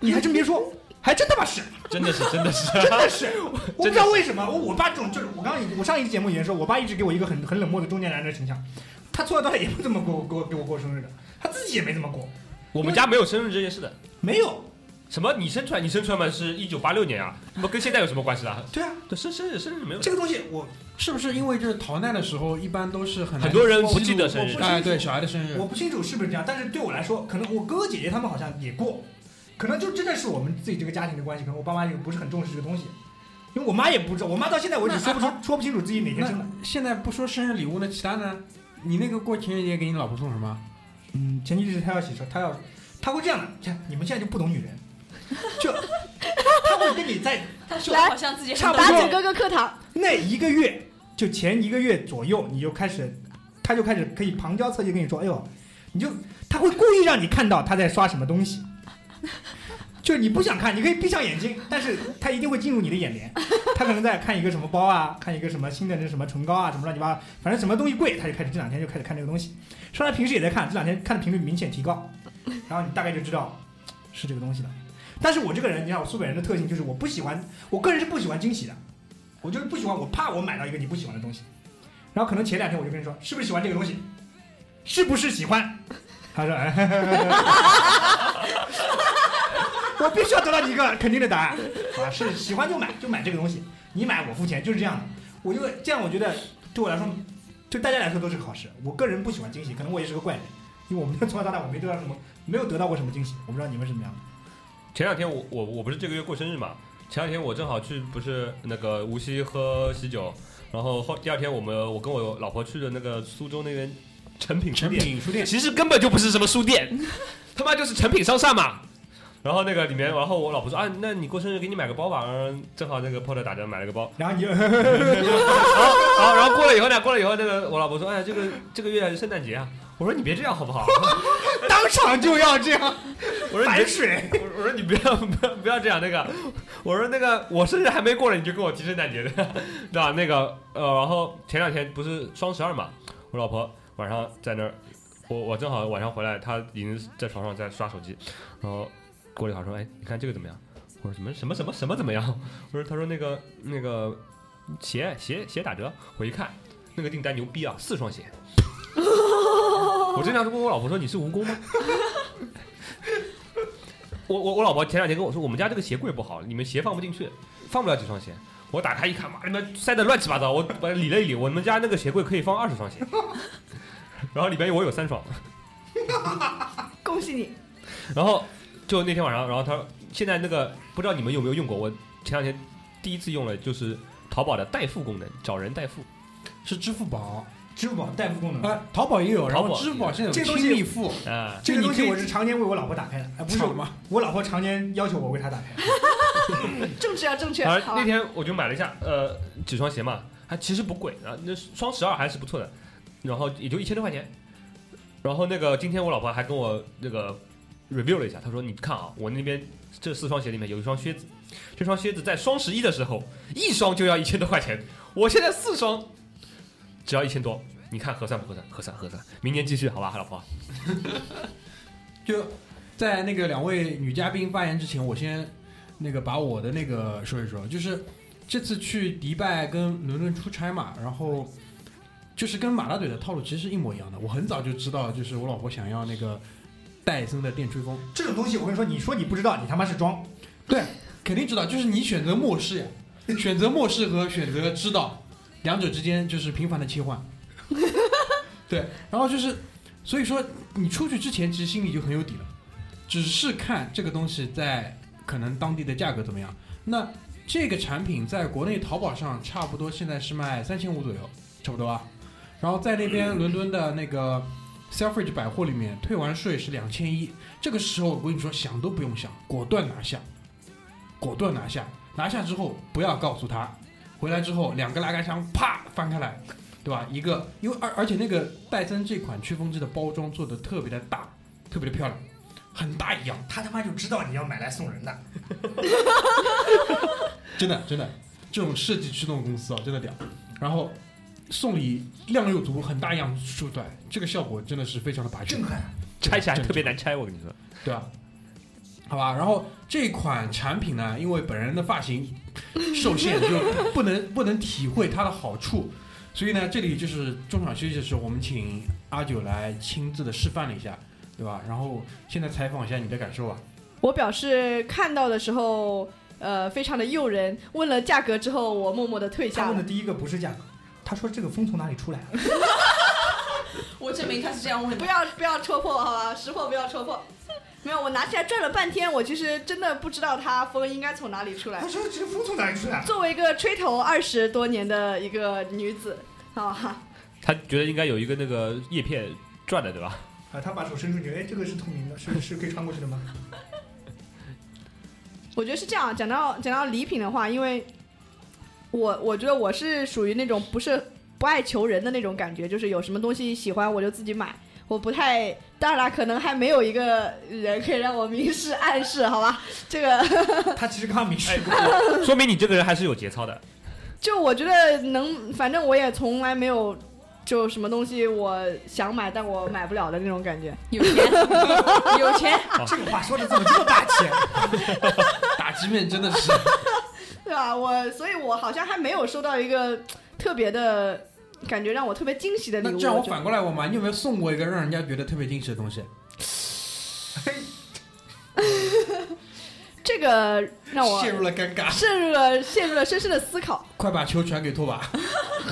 [SPEAKER 6] 你还真别说，还真他妈是，
[SPEAKER 8] 真的是，真 的是，
[SPEAKER 6] 真 的是，我不知道为什么，我我爸这种就是我刚刚已我上一期节目里面说，我爸一直给我一个很很冷漠的中年男人的形象，他从小到大也不怎么给我给我给我过生日的，他自己也没怎么过，
[SPEAKER 8] 我们家没有生日这件事的。
[SPEAKER 6] 没有，
[SPEAKER 8] 什么？你生出来，你生出来嘛是一九八六年啊，那么跟现在有什么关系啦？
[SPEAKER 6] 对啊，
[SPEAKER 8] 对，生生日生日没有
[SPEAKER 6] 这。个东西我
[SPEAKER 2] 是不是因为就是逃难的时候，一般都是很难
[SPEAKER 8] 很多人不记得
[SPEAKER 6] 我
[SPEAKER 8] 生
[SPEAKER 6] 不
[SPEAKER 8] 日
[SPEAKER 6] 是，
[SPEAKER 2] 哎，对小孩的生日
[SPEAKER 6] 我，不清楚是不是这样，但是对我来说，可能我哥哥姐姐他们好像也过，可能就真的是我们自己这个家庭的关系，可能我爸妈也不是很重视这个东西，因为我妈也不知道，我妈到现在为止说不出说不清楚自己哪天生的
[SPEAKER 2] 那。现在不说生日礼物，那其他呢？你那个过情人节给你老婆送什么？
[SPEAKER 6] 嗯，前提是她要洗车，她要她会这样的，这样你们现在就不懂女人，就她会跟你在
[SPEAKER 3] 他说得好像自己
[SPEAKER 6] 差
[SPEAKER 3] 很懂
[SPEAKER 6] 不多
[SPEAKER 4] 达子哥哥课堂，
[SPEAKER 6] 那一个月，就前一个月左右，你就开始，他就开始可以旁敲侧击跟你说，哎呦，你就他会故意让你看到他在刷什么东西， 就是你不想看，你可以闭上眼睛，但是他一定会进入你的眼帘，他可能在看一个什么包啊，看一个什么新的那什么唇膏啊，什么乱七八糟，反正什么东西贵，他就开始这两天就开始看这个东西，虽然平时也在看，这两天看的频率明显提高，然后你大概就知道是这个东西了。但是我这个人，你看我苏北人的特性就是我不喜欢，我个人是不喜欢惊喜的。我就是不喜欢，我怕我买到一个你不喜欢的东西。然后可能前两天我就跟你说，是不是喜欢这个东西？是不是喜欢？他说，哎、 我必须要得到你一个肯定的答案啊！是喜欢就买，就买这个东西，你买我付钱，就是这样的。我就这样，我觉得对我来说，对大家来说都是个好事。我个人不喜欢惊喜，可能我也是个怪人，因为我们从小到大我没得到什么，没有得到过什么惊喜。我不知道你们是怎么样的。
[SPEAKER 8] 前两天我我我不是这个月过生日嘛，前两天我正好去不是那个无锡喝喜酒，然后后第二天我们我跟我老婆去的那个苏州那边成品书店，
[SPEAKER 6] 书店
[SPEAKER 8] 其实根本就不是什么书店， 他妈就是成品商厦嘛。然后那个里面，然后我老婆说啊，那你过生日给你买个包吧，嗯，正好那个 POD 打折买了个包，
[SPEAKER 6] 然后你就
[SPEAKER 8] 然后然后过了以后呢，过了以后那个我老婆说，哎，这个这个月是圣诞节啊，我说你别这样好不好？
[SPEAKER 6] 当场就要这样
[SPEAKER 8] 我说你别
[SPEAKER 6] 反水。
[SPEAKER 8] 我我说你不要不要不要这样那个，我说那个我生日还没过呢，你就跟我提圣诞节的，对吧？那个呃，然后前两天不是双十二嘛，我老婆晚上在那儿，我我正好晚上回来，她已经在床上在刷手机，然后过了一会儿说，哎，你看这个怎么样？我说什么什么什么什么怎么样？ 我说她说那个那个鞋鞋鞋打折，我一看那个订单牛逼啊，四双鞋。 我这两天问我老婆说你是蜈蚣吗？我我我老婆前两天跟我说，我们家这个鞋柜不好，你们鞋放不进去，放不了几双鞋。我打开一看，妈里面塞的乱七八糟，我把它理了一理，我们家那个鞋柜可以放二十双鞋， 然后里边我有三双，
[SPEAKER 4] 恭喜你，
[SPEAKER 8] 然后就那天晚上，然后他说现在那个不知道你们有没有用过，我前两天第一次用了，就是淘宝的代付功能，找人代付。
[SPEAKER 2] 是支付宝，
[SPEAKER 6] 支付宝代付功能。
[SPEAKER 2] 啊，淘宝也有，然
[SPEAKER 8] 淘
[SPEAKER 2] 后
[SPEAKER 8] 宝
[SPEAKER 2] 支付宝现在有
[SPEAKER 6] 这个东西
[SPEAKER 2] 亲密付，
[SPEAKER 8] 啊，
[SPEAKER 6] 这个东西
[SPEAKER 2] 就你可以
[SPEAKER 6] 我是常年为我老婆打开的，哎，不是
[SPEAKER 2] 操吗？
[SPEAKER 6] 我老婆常年要求我为她打开。
[SPEAKER 4] 政治要正确，
[SPEAKER 8] 反
[SPEAKER 4] 好
[SPEAKER 8] 正那
[SPEAKER 4] 吧？
[SPEAKER 8] 天我就买了一下，呃，几双鞋嘛，还其实不贵啊，那双十二还是不错的，然后也就一千多块钱。然后那个今天我老婆还跟我那个 review 了一下，她说你看啊，我那边这四双鞋里面有一双靴子，这双靴子在双十一的时候一双就要一千多块钱，我现在四双只要一千多，你看合算不合算？合算合算，明年继续好吧，老
[SPEAKER 4] 嗯
[SPEAKER 8] 婆。
[SPEAKER 2] 就在那个两位女嘉宾发言之前，我先那个把我的那个说一说，就是这次去迪拜跟伦敦出差嘛，然后就是跟马大嘴的套路其实是一模一样的。我很早就知道，就是我老婆想要那个戴森的电吹风，
[SPEAKER 6] 这种东西我跟你说，你说你不知道，你他妈是装。
[SPEAKER 2] 肯定知道，就是你选择漠视呀，选择漠视和选择知道，两者之间就是频繁的切换。 对，然后就是，所以说你出去之前其实心里就很有底了，只是看这个东西在可能当地的价格怎么样。那这个产品在国内淘宝上差不多现在是卖三千五左右，差不多啊。然后在那边伦敦的那个 Selfridge 百货里面退完税是两千一，这个时候我跟你说想都不用想，果断拿下。果断拿下。拿下之后不要告诉他，回来之后两个拉杆箱啪翻开来，对吧？一个因为而而且那个戴森这款吹风机的包装做的特别的大，特别的漂亮，很大一样，
[SPEAKER 6] 他他妈就知道你要买来送人的。
[SPEAKER 2] 真的真的，这种设计驱动公司啊，真的屌。然后送礼量又足，很大一样出出来，这个效果真的是非常的拔
[SPEAKER 6] 震
[SPEAKER 2] 尖，
[SPEAKER 6] 撼！
[SPEAKER 8] 拆起来特别难拆，我跟你说。
[SPEAKER 2] 对吧？好吧，然后这款产品呢，因为本人的发 型受限，就不能不能体会它的好处，所以呢，这里就是中场休息的时候，我们请阿九来亲自的示范了一下，对吧？然后现在采访一下你的感 受吧。
[SPEAKER 4] 我表示看到的时候，呃，非常的诱人。问了价格之后，我默默的退
[SPEAKER 6] 他
[SPEAKER 4] 下
[SPEAKER 6] 问的
[SPEAKER 4] 了。
[SPEAKER 6] 第一个不是价格，他说这个风从哪里出来啊？
[SPEAKER 3] 我证明他是这样问
[SPEAKER 4] 不
[SPEAKER 3] 的。
[SPEAKER 4] 要不要戳破，好吧？识货不要戳破。没有，我拿起来转了半天，我其实真的不知道它风应该从哪里出来
[SPEAKER 6] 他。说这个风从哪里出来啊？
[SPEAKER 4] 作为一个吹头二十多年的一个女子，啊，
[SPEAKER 8] 他觉得应该有一个那个叶片转的，对吧？
[SPEAKER 6] 啊，他把手伸出去，哎，这个是透明的，是是可以穿过去的吗？
[SPEAKER 4] 我觉得是这样。啊讲到讲到礼品的话，因为我我觉得我是属于那种不是不爱求人的那种感觉，就是有什么东西喜欢我就自己买，我不太。当然啦，可能还没有一个人可以让我明示暗示，好吧？这个
[SPEAKER 6] 他其实刚刚没试
[SPEAKER 8] 哎
[SPEAKER 6] 过。
[SPEAKER 8] 说明你这个人还是有节操的。
[SPEAKER 4] 就我觉得能，反正我也从来没有。就什么东西我想买，但我买不了的那种感觉。
[SPEAKER 3] 有 钱，有钱，
[SPEAKER 6] 这个话说的怎么这么大气？啊
[SPEAKER 2] 打击面真的 是，
[SPEAKER 4] 对啊，我所以，我好像还没有收到一个特别的感觉，让我特别惊喜的礼
[SPEAKER 2] 那
[SPEAKER 4] 物。
[SPEAKER 2] 这样我
[SPEAKER 4] 我觉得
[SPEAKER 2] 反过来问嘛，你有没有送过一个让人家觉得特别惊喜的东西？
[SPEAKER 4] 这个让我
[SPEAKER 2] 陷入了尴 尬，
[SPEAKER 4] 陷入了陷入了深深的思考。
[SPEAKER 2] 快把球传给拓跋。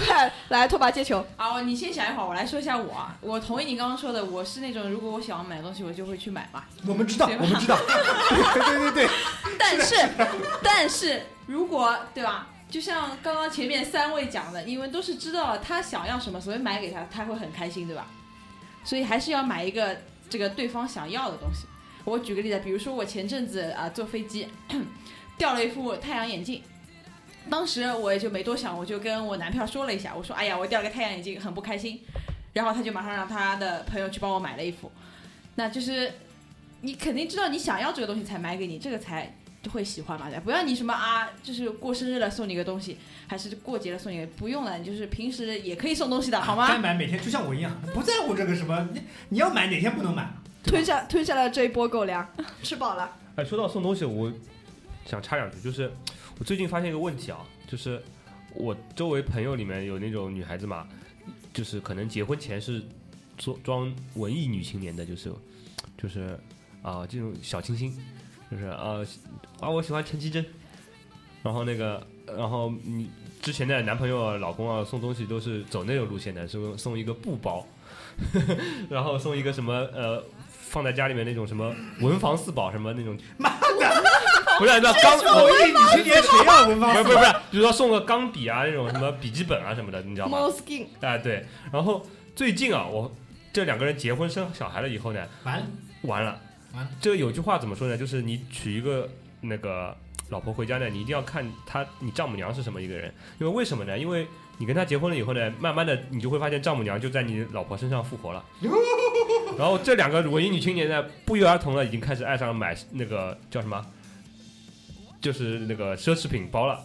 [SPEAKER 4] 快来，拓跋接球。
[SPEAKER 3] 啊，你先想一会儿，我来说一下我啊。我同意你刚刚说的，我是那种如果我想要买东西，我就会去买嘛。
[SPEAKER 6] 我们知道，
[SPEAKER 3] 对吧
[SPEAKER 6] 我们知道。对对对，
[SPEAKER 3] 但是， 但是如果对吧？就像刚刚前面三位讲的，因为都是知道了他想要什么，所以买给他，他会很开心，对吧？所以还是要买一个这个对方想要的东西。我举个例子，比如说我前阵子啊、坐飞机 掉了一副太阳眼镜，当时我也就没多想，我就跟我男票说了一下，我说哎呀，我掉了个太阳眼镜，很不开心。然后他就马上让他的朋友去帮我买了一副，那就是你肯定知道你想要这个东西才买给你，这个才会喜欢嘛，对吧不要你什么啊，就是过生日了送你个东西，还是过节了送你个，不用了，你就是平时也可以送东西的好
[SPEAKER 6] 该
[SPEAKER 3] 吗？
[SPEAKER 6] 买每天就像我一样，不在乎这个什么，你你要买哪天不能买？
[SPEAKER 4] 吞下吞下了这一波狗粮，吃饱了。
[SPEAKER 8] 哎，说到送东西，我想插两句，就是我最近发现一个问题啊，就是我周围朋友里面有那种女孩子嘛，就是可能结婚前是做装文艺女青年的，就是就是啊、这种小清新，就是啊啊我喜欢陈绮贞，然后那个然后你之前的男朋友、啊、老公啊送东西都是走那种路线的，是送送一个布包， 然后送一个什么呃。放在家里面那种什么文房四宝什么那种，
[SPEAKER 6] 妈的！
[SPEAKER 8] 不是那钢，
[SPEAKER 6] 我一你去年谁要文
[SPEAKER 8] 不
[SPEAKER 6] 芳
[SPEAKER 8] 是不是不是，比如说送个钢笔啊那种什么笔记本啊什么的，你知道吗？
[SPEAKER 4] 猫 skin
[SPEAKER 6] 嗯
[SPEAKER 8] 哎，对。然后最近啊，我这两个人结婚生小孩了以后呢，
[SPEAKER 6] 完了，
[SPEAKER 8] 完了，
[SPEAKER 6] 完了
[SPEAKER 8] 这有句话怎么说呢？就是你娶一个那个老婆回家呢，你一定要看她你丈母娘是什么一个人，因为为什么呢？因为你跟她结婚了以后呢，慢慢的你就会发现丈母娘就在你老婆身上复活了。然后这两个文艺女青年呢，不约而同的已经开始爱上买那个叫什么，就是那个奢侈品包了，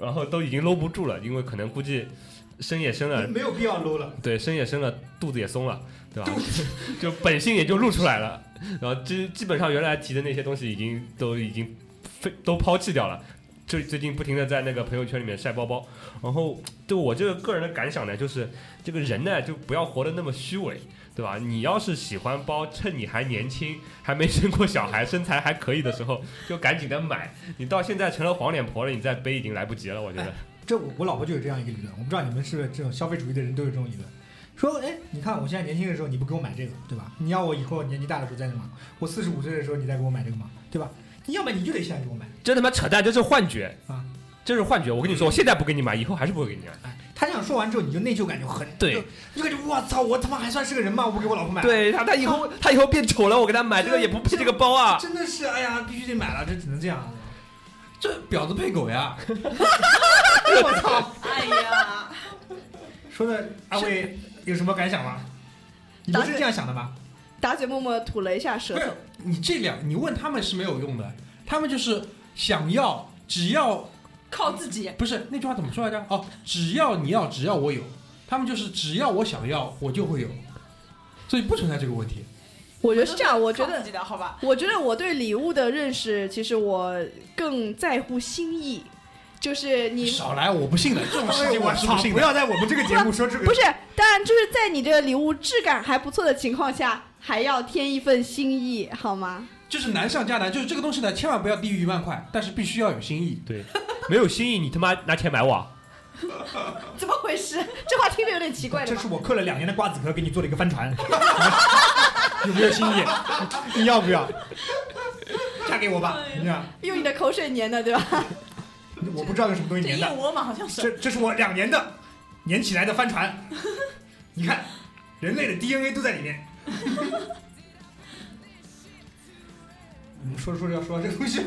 [SPEAKER 8] 然后都已经搂不住了，因为可能估计生也生了，
[SPEAKER 6] 没有必要搂了。
[SPEAKER 8] 对，生也生了，肚子也松了，对吧？ 就本性也就露出来了。然后基基本上原来提的那些东西已经都已经非都抛弃掉了。最最近不停的在那个朋友圈里面晒包包，然后对我这个个人的感想呢，就是这个人呢就不要活得那么虚伪，对吧？你要是喜欢包，趁你还年轻，还没生过小孩，身材还可以的时候，就赶紧的买。你到现在成了黄脸婆了，你再背已经来不及了，我觉得。
[SPEAKER 6] 这我我老婆就有这样一个理论，我不知道你们是不是这种消费主义的人都有这种理论，说哎，你看我现在年轻的时候你不给我买这个，对吧？你要我以后年纪大的时候再买，我四十五岁的时候你再给我买这个嘛，对吧？你要么你就得现在给我买，
[SPEAKER 8] 真他妈扯淡，这是幻觉
[SPEAKER 6] 啊！
[SPEAKER 8] 这是幻觉。我跟你说，我现在不给你买，以后还是不会给你买。
[SPEAKER 6] 哎，他这样说完之后你就内疚感就很，
[SPEAKER 8] 对
[SPEAKER 6] 就就感觉我操，我他妈还算是个人吗？我不给我老婆买，，
[SPEAKER 8] 对他，他以后他以后变丑了，我给他买这个也不配这个包啊。
[SPEAKER 6] 真的是哎呀，必须得买了，这只能这样。
[SPEAKER 2] 这婊子配狗 呀！
[SPEAKER 6] 我操，
[SPEAKER 3] 哎呀，
[SPEAKER 6] 说的阿伟有什么感想吗？你不是这样想的吗？
[SPEAKER 4] 打嘴默默吐了一下舌
[SPEAKER 2] 不是
[SPEAKER 4] 头，
[SPEAKER 2] 你这两，你问他们是没有用的，他们就是想要，只要
[SPEAKER 3] 靠自己，啊
[SPEAKER 2] 不是那句话怎么说来着？哦，只要你要，只要我有，他们就是只要我想要，我就会有，所以不存在这个问题。
[SPEAKER 4] 我觉得是这 样，我觉
[SPEAKER 3] 靠
[SPEAKER 4] 得
[SPEAKER 3] 自己的好吧？
[SPEAKER 4] 我觉得我对礼物的认识，其实我更在乎心意，就是你
[SPEAKER 2] 少来，我不信的，这种事
[SPEAKER 6] 哎
[SPEAKER 2] 情
[SPEAKER 6] 我
[SPEAKER 2] 我是
[SPEAKER 6] 操
[SPEAKER 2] 不！信
[SPEAKER 6] 不
[SPEAKER 2] 的。
[SPEAKER 6] 要在我们这个节目说这个
[SPEAKER 4] 不是，当然就是在你这个礼物质感还不错的情况下，还要添一份心意，好吗？
[SPEAKER 2] 就是难上加难，就是这个东西呢，千万不要低于一万块，但是必须要有心意。
[SPEAKER 8] 对，没有新意，你他妈拿钱买我啊。
[SPEAKER 4] 怎么回事？这话听着有点奇怪的
[SPEAKER 6] 这
[SPEAKER 4] 吧
[SPEAKER 6] 是？我嗑了两年的瓜子壳给你做了一个帆船，有没有新意？你要不要？嫁给我吧！你看，
[SPEAKER 4] 用你的口水粘的，对吧？
[SPEAKER 6] 我不知道有什么东西
[SPEAKER 3] 这
[SPEAKER 6] 粘
[SPEAKER 3] 燕
[SPEAKER 6] 的，
[SPEAKER 3] 窝嘛，好像是。
[SPEAKER 6] 这这是我两年的粘起来的帆船，你看，人类的 DNA 都在里面。我们说着说着要说到这个东西，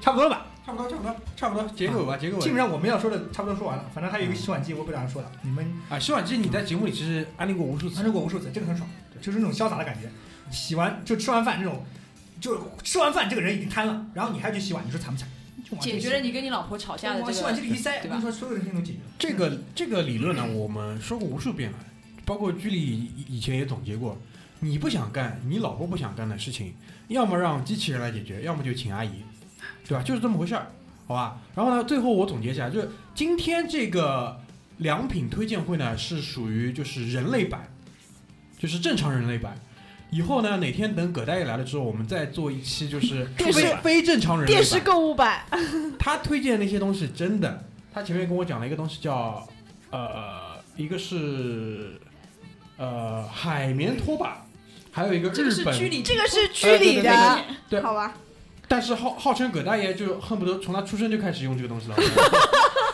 [SPEAKER 6] 差不多了吧？
[SPEAKER 2] 差不多，差不多，差不多，结个尾吧，结个尾。
[SPEAKER 6] 基本上我们要说的差不多说完了，反正还有一个洗碗机，我不打算说了。你们
[SPEAKER 2] 啊，洗碗机你在节目里其实安利过无数次
[SPEAKER 6] 安。利过无数次，这个很爽，就是那种潇洒的感觉。洗完就吃完饭这种，就吃完饭这个人已经瘫了，然后你还去洗碗，你说惨不惨？就往这
[SPEAKER 3] 解
[SPEAKER 6] 里
[SPEAKER 3] 决了你跟你老婆吵架的
[SPEAKER 6] 往
[SPEAKER 3] 这
[SPEAKER 6] 洗碗
[SPEAKER 3] 个
[SPEAKER 6] 机里一塞，我
[SPEAKER 3] 对
[SPEAKER 6] 跟
[SPEAKER 3] 吧
[SPEAKER 6] 你说所有的事情都解决了。
[SPEAKER 2] 这个这个理论呢，我们说过无数遍了，包括居里以以前也总结过。你不想干，你老婆不想干的事情，要么让机器人来解决，要么就请阿姨，对吧？就是这么回事儿，好吧？然后呢，最后我总结一下，就是今天这个良品推荐会呢，是属于就是人类版，就是正常人类版。以后呢，哪天等葛大爷来了之后，我们再做一期就是
[SPEAKER 4] 电视
[SPEAKER 2] 非非正常人类版
[SPEAKER 4] 电视购物版，
[SPEAKER 2] 他推荐那些东西真的，他前面跟我讲了一个东西叫，呃，一个是呃海绵拖把，还有一个
[SPEAKER 3] 这个
[SPEAKER 2] 日
[SPEAKER 3] 是居
[SPEAKER 2] 本，
[SPEAKER 3] 里
[SPEAKER 4] 这个是居里的，
[SPEAKER 2] 哎对对对对对
[SPEAKER 4] 好吧？
[SPEAKER 2] 但是号号称葛大爷就恨不得从他出生就开始用这个东西了。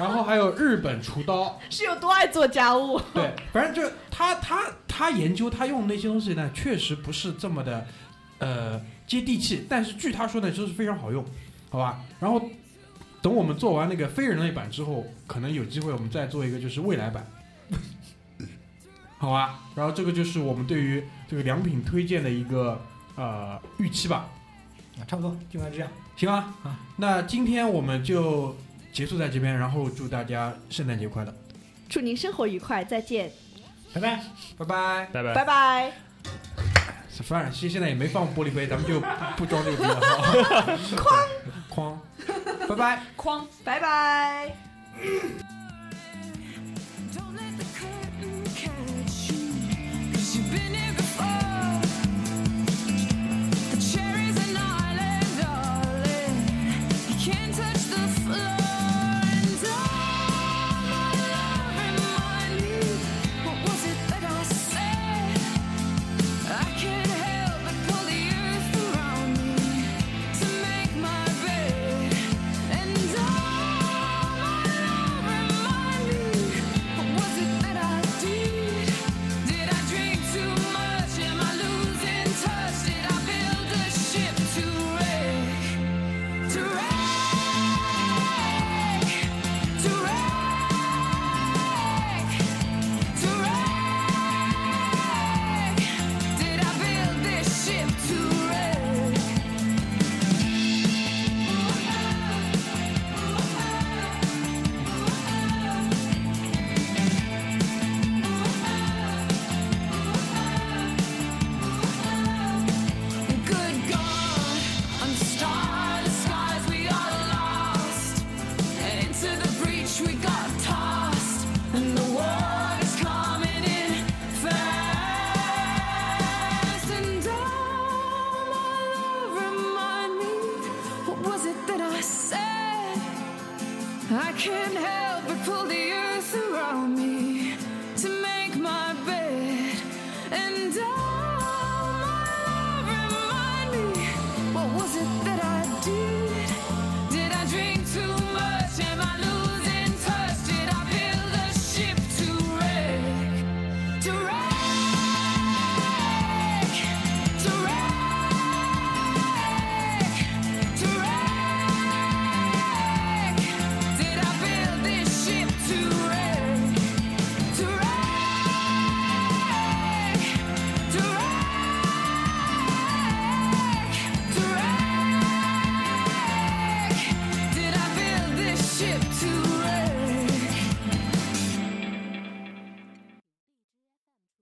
[SPEAKER 2] 然后还有日本厨刀，
[SPEAKER 4] 是有多爱做家务？
[SPEAKER 2] 对，反正就是他他他研究他用的那些东西呢，确实不是这么的，呃，接地气。但是据他说呢，就是非常好用，好吧？然后等我们做完那个非人类版之后，可能有机会我们再做一个就是未来版，好吧？然后这个就是我们对于这个良品推荐的一个呃预期吧，
[SPEAKER 6] 啊，差不多，就该这样。
[SPEAKER 2] 行吧？
[SPEAKER 6] 啊
[SPEAKER 2] 那今天我们就结束在这边，然后祝大家圣诞节快乐，
[SPEAKER 4] 祝您生活愉快，再见，
[SPEAKER 6] 拜拜。
[SPEAKER 2] 拜拜。
[SPEAKER 8] 拜拜。
[SPEAKER 4] 拜拜。
[SPEAKER 2] 反正其实现在也没放玻璃杯，咱们就不装这个逼了。好吧哐哐，拜拜。
[SPEAKER 3] 框。
[SPEAKER 4] 拜拜。
[SPEAKER 1] Don't let the curtain catch you, cause you've been here before. The cherries and island, darling. You can't touch the floor.
[SPEAKER 9] can't help but pull the earth around me to make my bed, and I